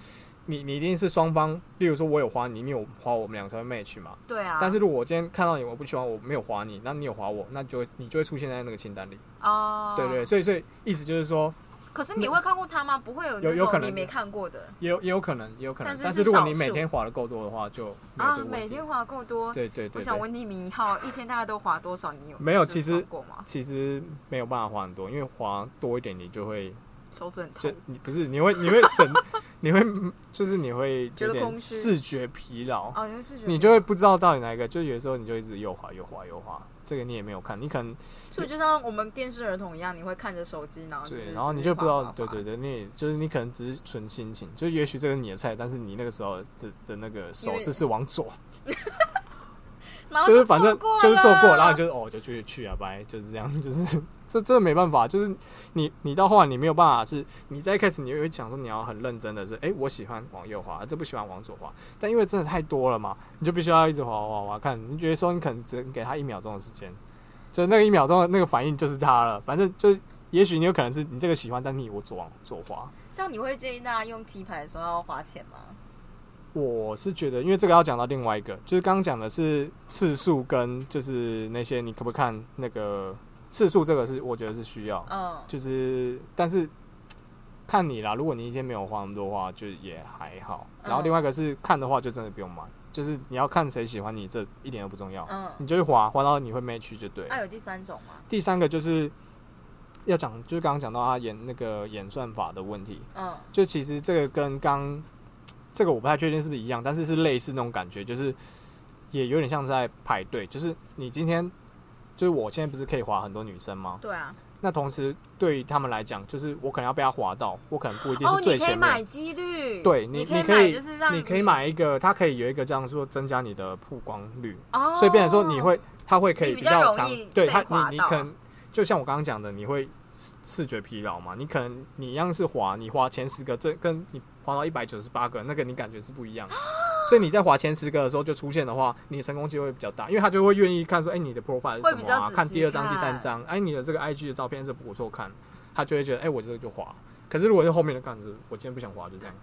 [SPEAKER 2] 你你一定是双方，例如说我有滑你，你有滑我，我们两个才会 match 嘛，
[SPEAKER 1] 对啊，
[SPEAKER 2] 但是如果我今天看到你，我不喜欢，我没有划你，那你有划我，那就会你就会出现在那个清单里。
[SPEAKER 1] 哦，
[SPEAKER 2] 对对，所以所以意思就是说，
[SPEAKER 1] 可是你会看过他吗？不会有
[SPEAKER 2] 有
[SPEAKER 1] 那
[SPEAKER 2] 有可
[SPEAKER 1] 种
[SPEAKER 2] 能
[SPEAKER 1] 你没看过的
[SPEAKER 2] 也有也有可能，也有可
[SPEAKER 1] 哦
[SPEAKER 2] 能。
[SPEAKER 1] 但
[SPEAKER 2] 但
[SPEAKER 1] 是
[SPEAKER 2] 是
[SPEAKER 1] 是
[SPEAKER 2] 如果
[SPEAKER 1] 少
[SPEAKER 2] 你每
[SPEAKER 1] 数
[SPEAKER 2] 天划的够多的话，就没有
[SPEAKER 1] 啊
[SPEAKER 2] 这个，问
[SPEAKER 1] 每
[SPEAKER 2] 题。
[SPEAKER 1] 天划够多。
[SPEAKER 2] 对对对
[SPEAKER 1] 我
[SPEAKER 2] 对
[SPEAKER 1] 想问匿名一号一天大概都划多少？你有
[SPEAKER 2] 没有
[SPEAKER 1] 就
[SPEAKER 2] 其实
[SPEAKER 1] 算过吗？
[SPEAKER 2] 其实没有办法划很多，因为划多一点你就会，
[SPEAKER 1] 手指很
[SPEAKER 2] 就
[SPEAKER 1] 痛，
[SPEAKER 2] 你不是你会你会省， [LAUGHS] 你会就是你会
[SPEAKER 1] 觉
[SPEAKER 2] 有
[SPEAKER 1] 得
[SPEAKER 2] 点
[SPEAKER 1] 空虚
[SPEAKER 2] 视觉疲劳，
[SPEAKER 1] 哦，你是觉得
[SPEAKER 2] 你就会不知道到底哪一个，就有时候你就一直右滑右滑右滑，这个你也没有看，你可能
[SPEAKER 1] 所以就像我们电视儿童一样，你会看着手机，然后就
[SPEAKER 2] 对，
[SPEAKER 1] 是
[SPEAKER 2] 然后
[SPEAKER 1] 直
[SPEAKER 2] 你
[SPEAKER 1] 接
[SPEAKER 2] 就不知
[SPEAKER 1] 滑
[SPEAKER 2] 道，
[SPEAKER 1] 滑
[SPEAKER 2] 对
[SPEAKER 1] 滑
[SPEAKER 2] 对对，你就是你可能只是纯心情，就也许这个是你的菜，但是你那个时候的的那个
[SPEAKER 1] 因为
[SPEAKER 2] 手势是往左，
[SPEAKER 1] 然后
[SPEAKER 2] 就是反正
[SPEAKER 1] 错
[SPEAKER 2] 就是错过，然后你
[SPEAKER 1] 就
[SPEAKER 2] 就是哦就去去啊，拜，就是这样，就是这这没办法，就是你你到后来你没有办法是，你在一开始你会讲说你要很认真的是，哎、我喜欢往右滑，这不喜欢往左滑，但因为真的太多了嘛，你就必须要一直滑滑滑看，你觉得说你可能只能给他一秒钟的时间，就那个一秒钟的那个反应就是他了，反正就也许你有可能是你这个喜欢，但你我左往左滑。
[SPEAKER 1] 这样你会建议大家用 T 牌的时候要花钱吗？
[SPEAKER 2] 我是觉得，因为这个要讲到另外一个，就是刚刚讲的是次数跟就是那些你可不可以看那个次数，这个是我觉得是需要，
[SPEAKER 1] 嗯，
[SPEAKER 2] 就是但是看你啦，如果你一天没有花那么多的话，就也还好。然后另外一个是看的话，就真的不用买，就是你要看谁喜欢你，这一点都不重要，
[SPEAKER 1] 嗯，
[SPEAKER 2] 你就去滑滑到你会 match 就对了
[SPEAKER 1] 那、。有第三种吗？
[SPEAKER 2] 第三个就是要讲，就是刚刚讲到他演那个演算法的问题，
[SPEAKER 1] 嗯，
[SPEAKER 2] 就其实这个跟刚这个我不太确定是不是一样，但是是类似那种感觉，就是也有点像在排队，就是你今天就是我现在不是可以划很多女生吗？
[SPEAKER 1] 对啊。
[SPEAKER 2] 那同时对于他们来讲，就是我可能要被他划到，我可能不一定
[SPEAKER 1] 哦，
[SPEAKER 2] 是
[SPEAKER 1] 你可
[SPEAKER 2] 最
[SPEAKER 1] 以
[SPEAKER 2] 前面。
[SPEAKER 1] 买几率，
[SPEAKER 2] 对
[SPEAKER 1] 你
[SPEAKER 2] 你，
[SPEAKER 1] 可以
[SPEAKER 2] 可
[SPEAKER 1] 买，
[SPEAKER 2] 以
[SPEAKER 1] 就是让
[SPEAKER 2] 你可以买一个，它可以有一个这样说增加你的曝光率，
[SPEAKER 1] 哦，
[SPEAKER 2] 所以变成说你会，它会可以
[SPEAKER 1] 你比较容
[SPEAKER 2] 长
[SPEAKER 1] 易，
[SPEAKER 2] 对
[SPEAKER 1] 被
[SPEAKER 2] 它
[SPEAKER 1] 滑
[SPEAKER 2] 你你
[SPEAKER 1] 到
[SPEAKER 2] 可能就像我刚刚讲的，你会视视觉疲劳嘛？你可能你一样是滑，你滑前十个，这跟你滑到一百九十八个那个你感觉是不
[SPEAKER 1] [GASPS]
[SPEAKER 2] 一样的。所以你在滑前十个的时候就出现的话，你的成功机会比较大，因为他就会愿意看说，哎、你的 profile 是
[SPEAKER 1] 会
[SPEAKER 2] 什
[SPEAKER 1] 比
[SPEAKER 2] 么
[SPEAKER 1] 较
[SPEAKER 2] 啊？
[SPEAKER 1] 仔
[SPEAKER 2] 看
[SPEAKER 1] 细
[SPEAKER 2] 第二张、第三
[SPEAKER 1] 看
[SPEAKER 2] 张，哎、你的这个 IG 的照片是不错看，他就会觉得，哎、我这个就滑。可是如果是后面的看，就是我今天不想滑，就这样，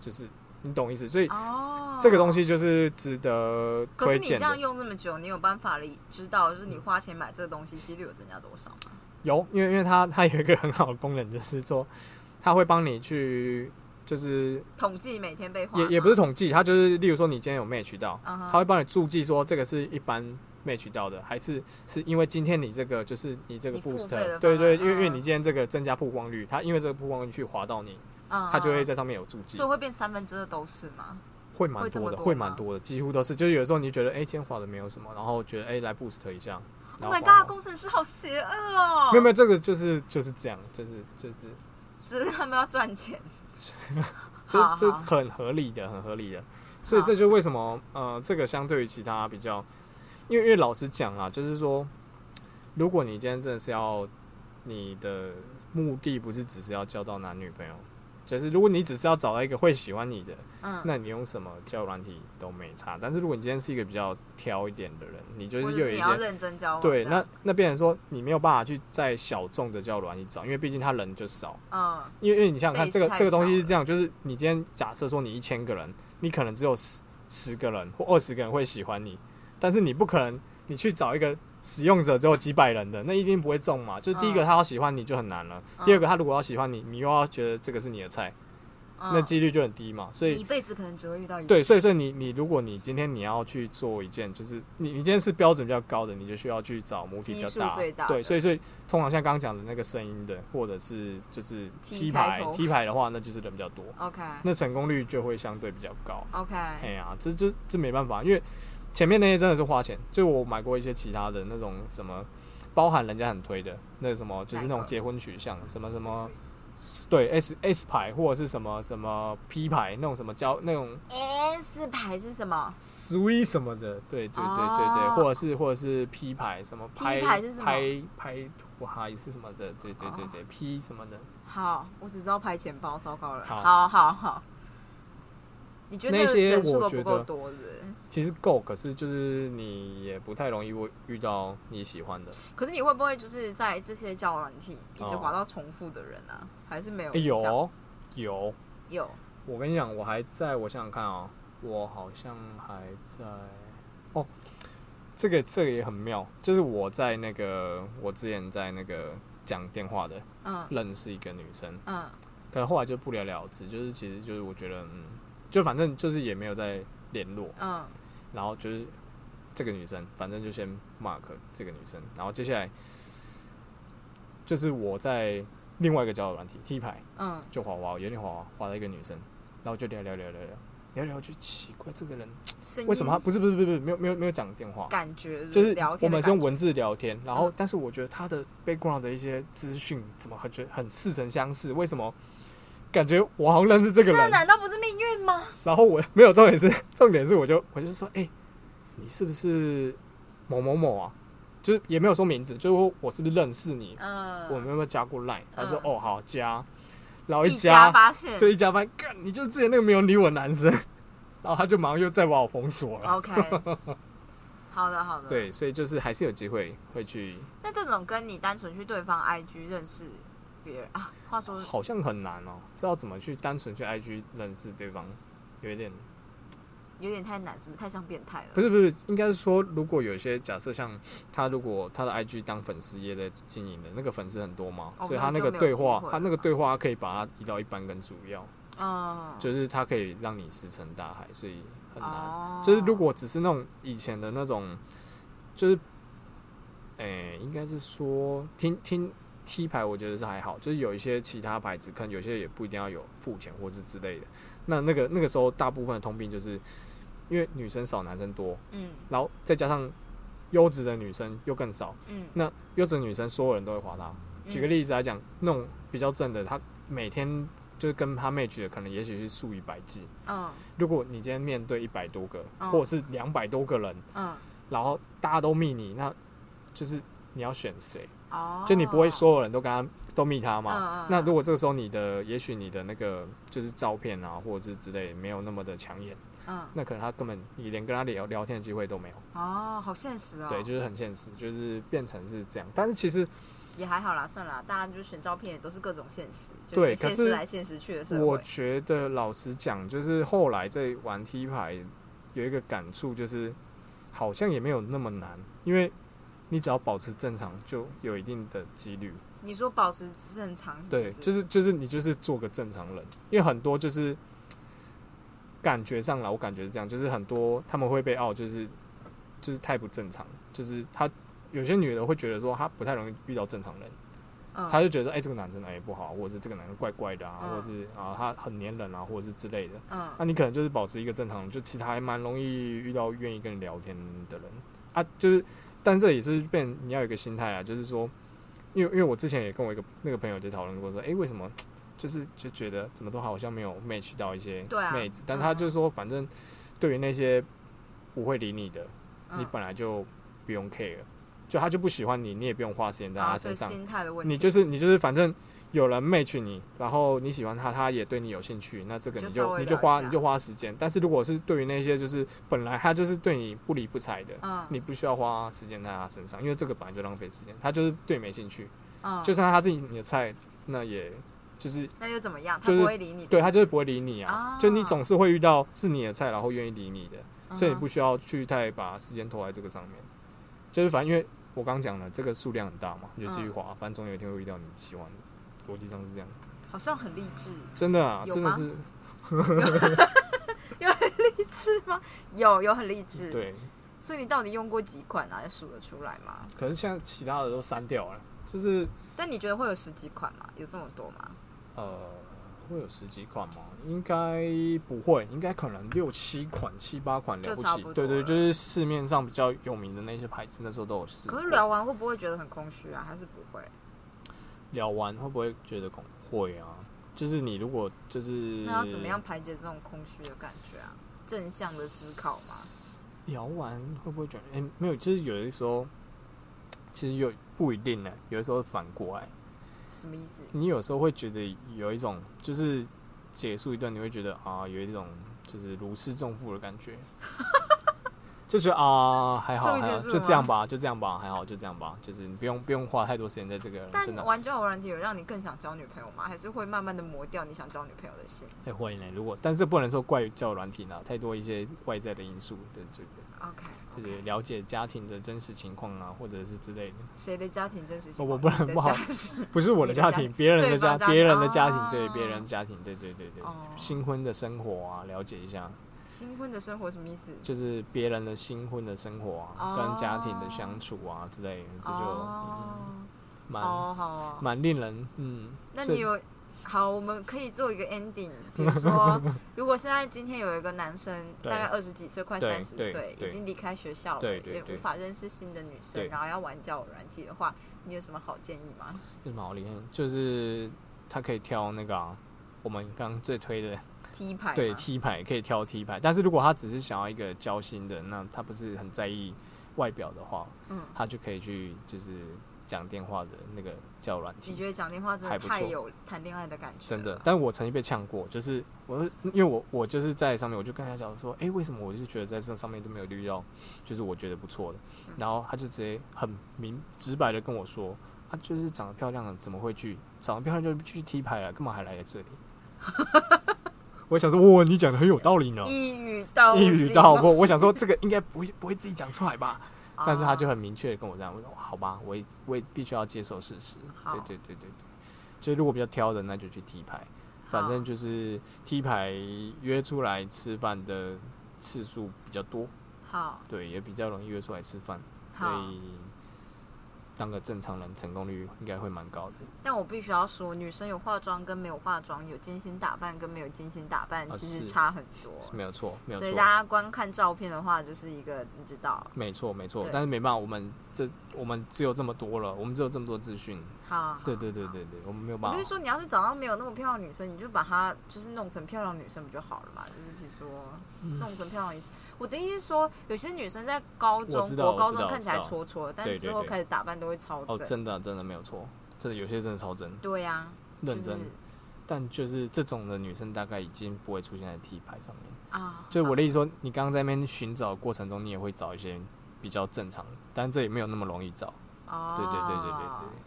[SPEAKER 2] 就是你懂意思。所以
[SPEAKER 1] 哦，
[SPEAKER 2] 这个东。西就是值得
[SPEAKER 1] 可是
[SPEAKER 2] 推
[SPEAKER 1] 你
[SPEAKER 2] 荐
[SPEAKER 1] 这
[SPEAKER 2] 的
[SPEAKER 1] 样。用这么久，你有办法理知道，就是你花钱买这个东西几率有增加多少吗？
[SPEAKER 2] 有，因为因为它它有一个很好的功能，就是说它会帮你去，就是
[SPEAKER 1] 统计每天被花
[SPEAKER 2] 也
[SPEAKER 1] 吗
[SPEAKER 2] 也不是，统计，它就是例如说你今天有 match 到，
[SPEAKER 1] 嗯
[SPEAKER 2] 它
[SPEAKER 1] 哼
[SPEAKER 2] 会帮你注记说这个是一般 match 到的，还是是因为今天你这个就是你这个
[SPEAKER 1] 你付
[SPEAKER 2] boost，
[SPEAKER 1] 费的
[SPEAKER 2] 对对，
[SPEAKER 1] 方案
[SPEAKER 2] 因为因
[SPEAKER 1] 嗯
[SPEAKER 2] 为你今天这个增加曝光率，它因为这个曝光率去滑到你，
[SPEAKER 1] 嗯
[SPEAKER 2] 它就会
[SPEAKER 1] 嗯
[SPEAKER 2] 在上面有注记
[SPEAKER 1] 所以，会变三分之二都是吗？
[SPEAKER 2] 会蛮
[SPEAKER 1] 会这
[SPEAKER 2] 多
[SPEAKER 1] 么
[SPEAKER 2] 的，
[SPEAKER 1] 多
[SPEAKER 2] 会
[SPEAKER 1] 吗
[SPEAKER 2] 蛮多的，几乎都是，就是有时候你觉得哎、今天滑的没有什么，然后觉得哎、来 boost 一下
[SPEAKER 1] Oh
[SPEAKER 2] 然后
[SPEAKER 1] my
[SPEAKER 2] 滑
[SPEAKER 1] god，工程师好邪恶哦！
[SPEAKER 2] 没有没有，这个就是就是这样，就是就是。
[SPEAKER 1] 只是他们要赚钱。
[SPEAKER 2] 这
[SPEAKER 1] 好
[SPEAKER 2] 这
[SPEAKER 1] 好
[SPEAKER 2] 很合理的，很合理的。所以这就为什么呃，这个相对于其他比较，因为因为老实讲啊，就是说，如果你今天真的是要你的目的不是只是要交到男女朋友，就是如果你只是要找到一个会喜欢你的，
[SPEAKER 1] 嗯，
[SPEAKER 2] 那你用什么交友软体都没差。但是如果你今天是一个比较挑一点的人，你就
[SPEAKER 1] 或
[SPEAKER 2] 是
[SPEAKER 1] 者
[SPEAKER 2] 又
[SPEAKER 1] 是你
[SPEAKER 2] 有一
[SPEAKER 1] 要
[SPEAKER 2] 些。
[SPEAKER 1] 认真交往。
[SPEAKER 2] 对，
[SPEAKER 1] 这样
[SPEAKER 2] 那那变成说你没有办法去在小众的交友软体找，因为毕竟他人就少，
[SPEAKER 1] 嗯，
[SPEAKER 2] 因为因为你想想看，
[SPEAKER 1] Base
[SPEAKER 2] 这个
[SPEAKER 1] 太
[SPEAKER 2] 这个东
[SPEAKER 1] 少
[SPEAKER 2] 西
[SPEAKER 1] 了
[SPEAKER 2] 是这样，就是你今天假设说你一千个人，你可能只有十十个人或二十个人会喜欢你，但是你不可能你去找一个使用者只有几百人的，那一定不会中嘛。就是第一个
[SPEAKER 1] 嗯
[SPEAKER 2] 他要喜欢你就很难了，第二个他如果要喜欢你，你又要觉得这个是你的菜，
[SPEAKER 1] 嗯
[SPEAKER 2] 那几率就很低嘛。所
[SPEAKER 1] 你一
[SPEAKER 2] 以
[SPEAKER 1] 辈子可能只会遇到一次
[SPEAKER 2] 对，所以所以你你如果你今天你要去做一件，就是你你今天是标准比较高的，你就需要去找母体比较
[SPEAKER 1] 基数最大的
[SPEAKER 2] 对，所以所以通常像刚刚讲的那个声音的，或者是就是
[SPEAKER 1] T
[SPEAKER 2] 踢
[SPEAKER 1] 开
[SPEAKER 2] 牌
[SPEAKER 1] 头
[SPEAKER 2] 踢牌的话，那就是人比较多。
[SPEAKER 1] OK
[SPEAKER 2] 那成功率就会相对比较高。哎
[SPEAKER 1] OK，
[SPEAKER 2] 呀、这这这没办法，因为前面那些真的是花钱。就我买过一些其他的那种什么包含人家很推的那什么，就是那
[SPEAKER 1] 哪
[SPEAKER 2] 种
[SPEAKER 1] 个
[SPEAKER 2] 结婚取向，什么什么，对 S S 牌或者是什么什么 P 牌那种什么交那种
[SPEAKER 1] S 牌是什么？
[SPEAKER 2] Sweet 什么的，对对对对对，
[SPEAKER 1] 哦
[SPEAKER 2] 或者是或者是 P 牌什么
[SPEAKER 1] P
[SPEAKER 2] 拍
[SPEAKER 1] 牌是什么哦
[SPEAKER 2] 拍拍土哈也是什么的，对对对对、P 什么的，
[SPEAKER 1] 好，我只知道拍钱包，糟糕了。
[SPEAKER 2] 好
[SPEAKER 1] 好好好，你觉得
[SPEAKER 2] 那些
[SPEAKER 1] 人数
[SPEAKER 2] 我
[SPEAKER 1] 都
[SPEAKER 2] 觉
[SPEAKER 1] 不
[SPEAKER 2] 得
[SPEAKER 1] 够多是不是？
[SPEAKER 2] 其实够，可是就是你也不太容易会遇到你喜欢的。
[SPEAKER 1] 可是你会不会就是在这些交友软体一直
[SPEAKER 2] 哦
[SPEAKER 1] 滑到重复的人啊？还是没有
[SPEAKER 2] 诶
[SPEAKER 1] 印象？
[SPEAKER 2] 有哦有，
[SPEAKER 1] 有
[SPEAKER 2] 我跟你讲，我还在我想想看哦，我好像还在哦，这个这个也很妙，就是我在那个我之前在那个讲电话的
[SPEAKER 1] 嗯
[SPEAKER 2] 认识一个女生，
[SPEAKER 1] 嗯
[SPEAKER 2] 可能后来就不了了之，就是其实就是我觉得嗯，就反正就是也没有再联络，
[SPEAKER 1] 嗯
[SPEAKER 2] 然后就是这个女生，反正就先 mark 这个女生，然后接下来就是我在另外一个交友软体 T 牌
[SPEAKER 1] 嗯
[SPEAKER 2] 就滑滑，有点滑滑滑到一个女生，然后就聊聊聊聊聊聊聊，就奇怪这个人
[SPEAKER 1] 声音
[SPEAKER 2] 为什么他不是不是不是不是没有没有没有讲电话，
[SPEAKER 1] 感觉
[SPEAKER 2] 就是
[SPEAKER 1] 聊
[SPEAKER 2] 我
[SPEAKER 1] 天的
[SPEAKER 2] 们
[SPEAKER 1] 感
[SPEAKER 2] 是
[SPEAKER 1] 觉
[SPEAKER 2] 用文字聊天，然后
[SPEAKER 1] 嗯
[SPEAKER 2] 但是我觉得他的 background 的一些资讯怎么很觉得很似曾相识，为什么？感觉我好像认识这个
[SPEAKER 1] 这
[SPEAKER 2] 人，
[SPEAKER 1] 难道不是啊命运吗？
[SPEAKER 2] 然后我 [LAUGHS] 没有重点是重点是我就我就是说，哎、你是不是某某某啊？就是也没有说名字，就是说我是不是认识你？
[SPEAKER 1] 嗯，
[SPEAKER 2] 我们有没有加过 line？他说、
[SPEAKER 1] 嗯
[SPEAKER 2] 哦好加，然后一
[SPEAKER 1] 一家
[SPEAKER 2] 加，
[SPEAKER 1] 发现
[SPEAKER 2] 对一加发现，干你就是之前那个没有理我的男生，然后他就马上又再把我封锁了。 [LAUGHS]
[SPEAKER 1] ，OK，好的好的。，
[SPEAKER 2] 对，所以就是还是有机会会去，
[SPEAKER 1] 那这种跟你单纯去对方 IG 认识别人啊，话说
[SPEAKER 2] 好像很难哦，知道怎么去单纯去 IG 认识对方，有一点
[SPEAKER 1] 有点太难，是不是太像变态了？
[SPEAKER 2] 不是不是，应该是说，如果有一些假设，像他如果他的 IG 当粉丝也在经营的，那个粉丝很多嘛，
[SPEAKER 1] 哦
[SPEAKER 2] 所以
[SPEAKER 1] 那
[SPEAKER 2] 他那
[SPEAKER 1] 就
[SPEAKER 2] 个
[SPEAKER 1] 没有
[SPEAKER 2] 对
[SPEAKER 1] 机
[SPEAKER 2] 话
[SPEAKER 1] 会，
[SPEAKER 2] 他
[SPEAKER 1] 了
[SPEAKER 2] 那个对话他可以把它移到一般跟主要，
[SPEAKER 1] 嗯，
[SPEAKER 2] 就是他可以让你石沉大海，所以很难。
[SPEAKER 1] 哦
[SPEAKER 2] 就是如果只是那种以前的那种，就是，诶、应该是说听听 T 牌，我觉得是还好，就是有一些其他牌子，可能有些也不一定要有付钱或是之类的。那那个那个时候，大部分的通病就是因为女生少，男生多。
[SPEAKER 1] 嗯
[SPEAKER 2] 然后再加上优质的女生又更少，
[SPEAKER 1] 嗯，
[SPEAKER 2] 那优质的女生所有人都会滑她。举个
[SPEAKER 1] 例，
[SPEAKER 2] 例子来讲，那种比较正的，她每天就是跟她 match 的，可能也许是数以百计。
[SPEAKER 1] 嗯
[SPEAKER 2] 如果你今天面对一百多个，
[SPEAKER 1] 嗯
[SPEAKER 2] 或者是两百多个人，
[SPEAKER 1] 嗯，
[SPEAKER 2] 然后大家都密你，那就是你要选谁？
[SPEAKER 1] 哦，
[SPEAKER 2] 就你不会所有人都跟她都密她嘛？
[SPEAKER 1] 嗯，嗯
[SPEAKER 2] 那如果这个时候你的，也许你的那个就是照片啊，或者是之类没有那么的抢眼，
[SPEAKER 1] 嗯
[SPEAKER 2] 那可能她根本你连跟她聊聊天的机会都没有。
[SPEAKER 1] 哦，好现实哦，
[SPEAKER 2] 对，就是很现实，就是变成是这样。但是其实
[SPEAKER 1] 也还好啦，算啦，大家就是选照片也都是各种现实，就
[SPEAKER 2] 对
[SPEAKER 1] 有现
[SPEAKER 2] 可
[SPEAKER 1] 实
[SPEAKER 2] 是
[SPEAKER 1] 来现实去的社
[SPEAKER 2] 我
[SPEAKER 1] 会，
[SPEAKER 2] 觉得，老实讲，就是后来在玩 T 牌有一个感触，就是好像也没有那么难，因为你只要保持正常，就有一定的几率。
[SPEAKER 1] 你说保持正常是不
[SPEAKER 2] 对，就是是就是你就是做个正常人，因为很多就是感觉上来，我感觉是这样，就是很多他们会被傲，就是就是太不正常，就是他有些女的会觉得说她不太容易遇到正常人。
[SPEAKER 1] 嗯
[SPEAKER 2] 他就觉得，哎、这个男生哎、不好，或者是这个男生怪怪的啊，
[SPEAKER 1] 嗯
[SPEAKER 2] 或者是啊他很黏人啊，或者是之类的。那、
[SPEAKER 1] 嗯
[SPEAKER 2] 你可能就是保持一个正常人，就其实还蛮容易遇到愿意跟你聊天的人啊。就是，但这也是变你要有一个心态啊，就是说，因为因为我之前也跟我一个那个朋友就讨论过说，哎、为什么就是就觉得怎么都好像没有 match 到一些
[SPEAKER 1] 对啊
[SPEAKER 2] 妹子，但他就说，反正对于那些不会理你的，
[SPEAKER 1] 嗯
[SPEAKER 2] 你本来就不用 care，就他就不喜欢你，你也不用花时间在
[SPEAKER 1] 啊，
[SPEAKER 2] 他
[SPEAKER 1] 所以
[SPEAKER 2] 身上。
[SPEAKER 1] 心态的问题，
[SPEAKER 2] 你就是你就是，反正有人 match 你，然后你喜欢他，他也对你有兴趣，那这个
[SPEAKER 1] 就
[SPEAKER 2] 你
[SPEAKER 1] 稍
[SPEAKER 2] 就
[SPEAKER 1] 微
[SPEAKER 2] 你就
[SPEAKER 1] 聊一
[SPEAKER 2] 花
[SPEAKER 1] 下
[SPEAKER 2] 你就花时间。但是如果是对于那些就是本来他就是对你不理不睬的，
[SPEAKER 1] 嗯
[SPEAKER 2] 你不需要花时间在他身上，因为这个本来就浪费时间。他就是对你没兴趣，
[SPEAKER 1] 嗯，
[SPEAKER 2] 就算他自己你的菜，那也就是
[SPEAKER 1] 那又怎么样？他
[SPEAKER 2] 就是
[SPEAKER 1] 不会理你，
[SPEAKER 2] 对他就是不会理你啊
[SPEAKER 1] 啊。
[SPEAKER 2] 就你总是会遇到是你的菜，然后愿意理你的。
[SPEAKER 1] 嗯
[SPEAKER 2] 所以你不需要去太把时间投在这个上面。就是反正因为我刚讲了，这个数量很大嘛，你就继
[SPEAKER 1] 嗯
[SPEAKER 2] 续滑，反正总有一天会遇到你喜欢的。逻辑上是这样，
[SPEAKER 1] 好像很励志，
[SPEAKER 2] 真的啊，
[SPEAKER 1] 有
[SPEAKER 2] 真的
[SPEAKER 1] 吗
[SPEAKER 2] 是
[SPEAKER 1] 是吗？有有很励志，，
[SPEAKER 2] 对。
[SPEAKER 1] 所以你到底用过几款啊？数得出来吗？
[SPEAKER 2] 可是现在其他的都删掉了，就是
[SPEAKER 1] 但你觉得会有十几款吗？有这么多吗？
[SPEAKER 2] 呃，会有十几款吗？应该不会，应该可能六七款、七八款
[SPEAKER 1] 就
[SPEAKER 2] 了不
[SPEAKER 1] 差
[SPEAKER 2] 起。
[SPEAKER 1] 不多
[SPEAKER 2] 对对，
[SPEAKER 1] 了
[SPEAKER 2] 就是市面上比较有名的那些牌子，那时候都有试过。
[SPEAKER 1] 可是聊完会不会觉得很空虚啊？还是不会？
[SPEAKER 2] 聊完会不会觉得恐会啊？就是你如果就是
[SPEAKER 1] 那要怎么样排解这种空虚的感觉啊？正向的思考嘛。
[SPEAKER 2] 聊完会不会觉得？哎、没有，就是有的时候其实有不一定呢，有的时候反过来，
[SPEAKER 1] 什么意思？
[SPEAKER 2] 你有时候会觉得有一种就是结束一段，你会觉得啊，有一种就是如释重负的感觉， [LAUGHS] 就觉得啊还好
[SPEAKER 1] 终于
[SPEAKER 2] 还好，
[SPEAKER 1] 结束了
[SPEAKER 2] 就
[SPEAKER 1] 吗
[SPEAKER 2] 这样吧，就这样吧，还好就这样吧，就是你不用不用花太多时间在这个人身
[SPEAKER 1] 但
[SPEAKER 2] 上。
[SPEAKER 1] 玩交友软体有让你更想交女朋友吗？还是会慢慢的磨掉你想交女朋友的心
[SPEAKER 2] 哎、会呢，如果但是不能说怪于教软体呢，太多一些外在的因素对这个。
[SPEAKER 1] ？OK，
[SPEAKER 2] 就是了解家庭的真实情况啊，或者是之类的。
[SPEAKER 1] 谁的家庭真实情况？
[SPEAKER 2] 我不能
[SPEAKER 1] 你的
[SPEAKER 2] 不好
[SPEAKER 1] 家是
[SPEAKER 2] 不是我的家
[SPEAKER 1] 你的
[SPEAKER 2] 庭，
[SPEAKER 1] 家
[SPEAKER 2] 别人的家，
[SPEAKER 1] 对方家庭
[SPEAKER 2] 别人的家
[SPEAKER 1] 哦
[SPEAKER 2] 庭，对别人的家庭，对对对对
[SPEAKER 1] 哦，
[SPEAKER 2] [LAUGHS] 新婚的生活啊，了解一下，
[SPEAKER 1] 新婚的生活什么意思？
[SPEAKER 2] 就是别人的新婚的生活啊，
[SPEAKER 1] 哦
[SPEAKER 2] 跟家庭的相处啊之类的，这就
[SPEAKER 1] 哦，
[SPEAKER 2] 嗯蛮
[SPEAKER 1] 哦好哦。
[SPEAKER 2] 蛮令人嗯。
[SPEAKER 1] 那
[SPEAKER 2] 是
[SPEAKER 1] 你有好，我们可以做一个 ending，比如
[SPEAKER 2] [LAUGHS]
[SPEAKER 1] 说，如果现在今天有一个男生，大
[SPEAKER 2] 对
[SPEAKER 1] 概二十几岁，快
[SPEAKER 2] 对
[SPEAKER 1] 三十
[SPEAKER 2] 对
[SPEAKER 1] 岁，已
[SPEAKER 2] 对
[SPEAKER 1] 经离开学校了，
[SPEAKER 2] 对对
[SPEAKER 1] 也
[SPEAKER 2] 对
[SPEAKER 1] 无法认识新的女生，
[SPEAKER 2] 对
[SPEAKER 1] 然后要玩交友软体的话，你有什么好建议吗？
[SPEAKER 2] 有什么好厉害？就是他可以挑那个啊我们刚刚最推
[SPEAKER 1] [LAUGHS]
[SPEAKER 2] 的
[SPEAKER 1] 踢牌
[SPEAKER 2] 对
[SPEAKER 1] 吗
[SPEAKER 2] T 牌可以挑 T 牌，但是如果他只是想要一个交心的，那他不是很在意外表的话，
[SPEAKER 1] 嗯
[SPEAKER 2] 他就可以去就是讲电话的那个叫软
[SPEAKER 1] 你
[SPEAKER 2] 体，
[SPEAKER 1] 觉得讲电话真的
[SPEAKER 2] 还不
[SPEAKER 1] 太
[SPEAKER 2] 错
[SPEAKER 1] 有谈恋爱的感觉了？
[SPEAKER 2] 真的。但我曾经被呛过，就是我因为我我就是在上面，我就跟他讲说，哎、为什么我就是觉得在这上面都没有遇到，就是我觉得不错的，
[SPEAKER 1] 嗯
[SPEAKER 2] 然后他就直接很明直白的跟我说，啊，就是长得漂亮的怎么会去长得漂亮就去 T 牌了，干嘛还来这里？ [LAUGHS] 我想说，哇，你讲的很有道理呢。
[SPEAKER 1] 一语道
[SPEAKER 2] 一语
[SPEAKER 1] 心
[SPEAKER 2] 道
[SPEAKER 1] 吗
[SPEAKER 2] 破。我想说这个应该不会不会自己讲出来吧，
[SPEAKER 1] [LAUGHS] 啊
[SPEAKER 2] 但是他就很明确的跟我这样，我说好吧，我也我也必须要接受事实。
[SPEAKER 1] 好
[SPEAKER 2] 对对对对对，所以如果比较挑的，那就去 T 牌，反正就是 T 牌约出来吃饭的次数比较多，
[SPEAKER 1] 好
[SPEAKER 2] 对，也比较容易约出来吃饭，所
[SPEAKER 1] 好。
[SPEAKER 2] 以当个正常人成功率应该会蛮高的。
[SPEAKER 1] 但我必须要说，女生有化妆跟没有化妆，有精心打扮跟没有精心打扮，
[SPEAKER 2] 啊
[SPEAKER 1] 其实
[SPEAKER 2] 是
[SPEAKER 1] 差很多。
[SPEAKER 2] 是没有错，没有
[SPEAKER 1] 所以
[SPEAKER 2] 错
[SPEAKER 1] 大。家观看照片的话，就是一个你知道，
[SPEAKER 2] 没错，没错
[SPEAKER 1] 对，
[SPEAKER 2] 但是没办法，我们这我们只有这么多了，我们只有这么多资讯。
[SPEAKER 1] 好，好
[SPEAKER 2] 对对对。对对，我们没有
[SPEAKER 1] 我
[SPEAKER 2] 办法
[SPEAKER 1] 就。是说，你要是找到没有那么漂亮的女生，你就把她就是弄成漂亮的女生不就好了嘛？就是比如说，弄成漂亮的女生。我的意思是说，有些女生在高中
[SPEAKER 2] 我、知道
[SPEAKER 1] 国高
[SPEAKER 2] 我知
[SPEAKER 1] 中
[SPEAKER 2] 道
[SPEAKER 1] 看起来
[SPEAKER 2] 我知道
[SPEAKER 1] 戳戳，但
[SPEAKER 2] 对对
[SPEAKER 1] 之后
[SPEAKER 2] 对
[SPEAKER 1] 开始打扮都会超
[SPEAKER 2] 哦，
[SPEAKER 1] 正。
[SPEAKER 2] 真的啊、真的没有错，真的有些真的超真，
[SPEAKER 1] 对呀，
[SPEAKER 2] 哦认真。
[SPEAKER 1] 就是
[SPEAKER 2] 但就是这种的女生大概已经不会出现在 T 牌上面。
[SPEAKER 1] 啊，
[SPEAKER 2] 就是我的意思说，你刚刚在那边寻找的过程中，你也会找一些比较正常的，但这也没有那么容易找。
[SPEAKER 1] 哦，
[SPEAKER 2] 对对对对对对。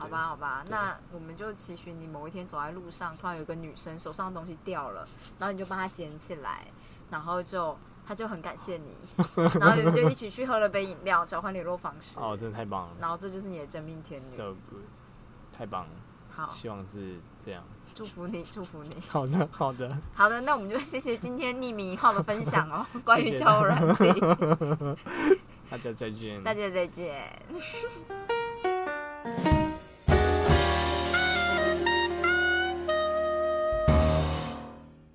[SPEAKER 1] 好吧，好吧，
[SPEAKER 2] 对
[SPEAKER 1] 那我们就期许你某一天走在路上，突然有一个女生手上的东西掉了，然后你就帮她捡起来，然后就她就很感谢
[SPEAKER 2] [LAUGHS]
[SPEAKER 1] 你，然后你们就一起去喝了杯饮料，交换联络方式，
[SPEAKER 2] 哦，真的太棒了
[SPEAKER 1] 然后这就是你的真命天女。
[SPEAKER 2] ，so good，太棒了，
[SPEAKER 1] 好，
[SPEAKER 2] 希望是这样。
[SPEAKER 1] 祝福你，祝福你。
[SPEAKER 2] 好的，好的，
[SPEAKER 1] 好的，那我们就谢谢今天匿名一号的分享
[SPEAKER 2] [LAUGHS]
[SPEAKER 1] 哦，关于交友软体，
[SPEAKER 2] 大家再见。
[SPEAKER 1] 大家再见。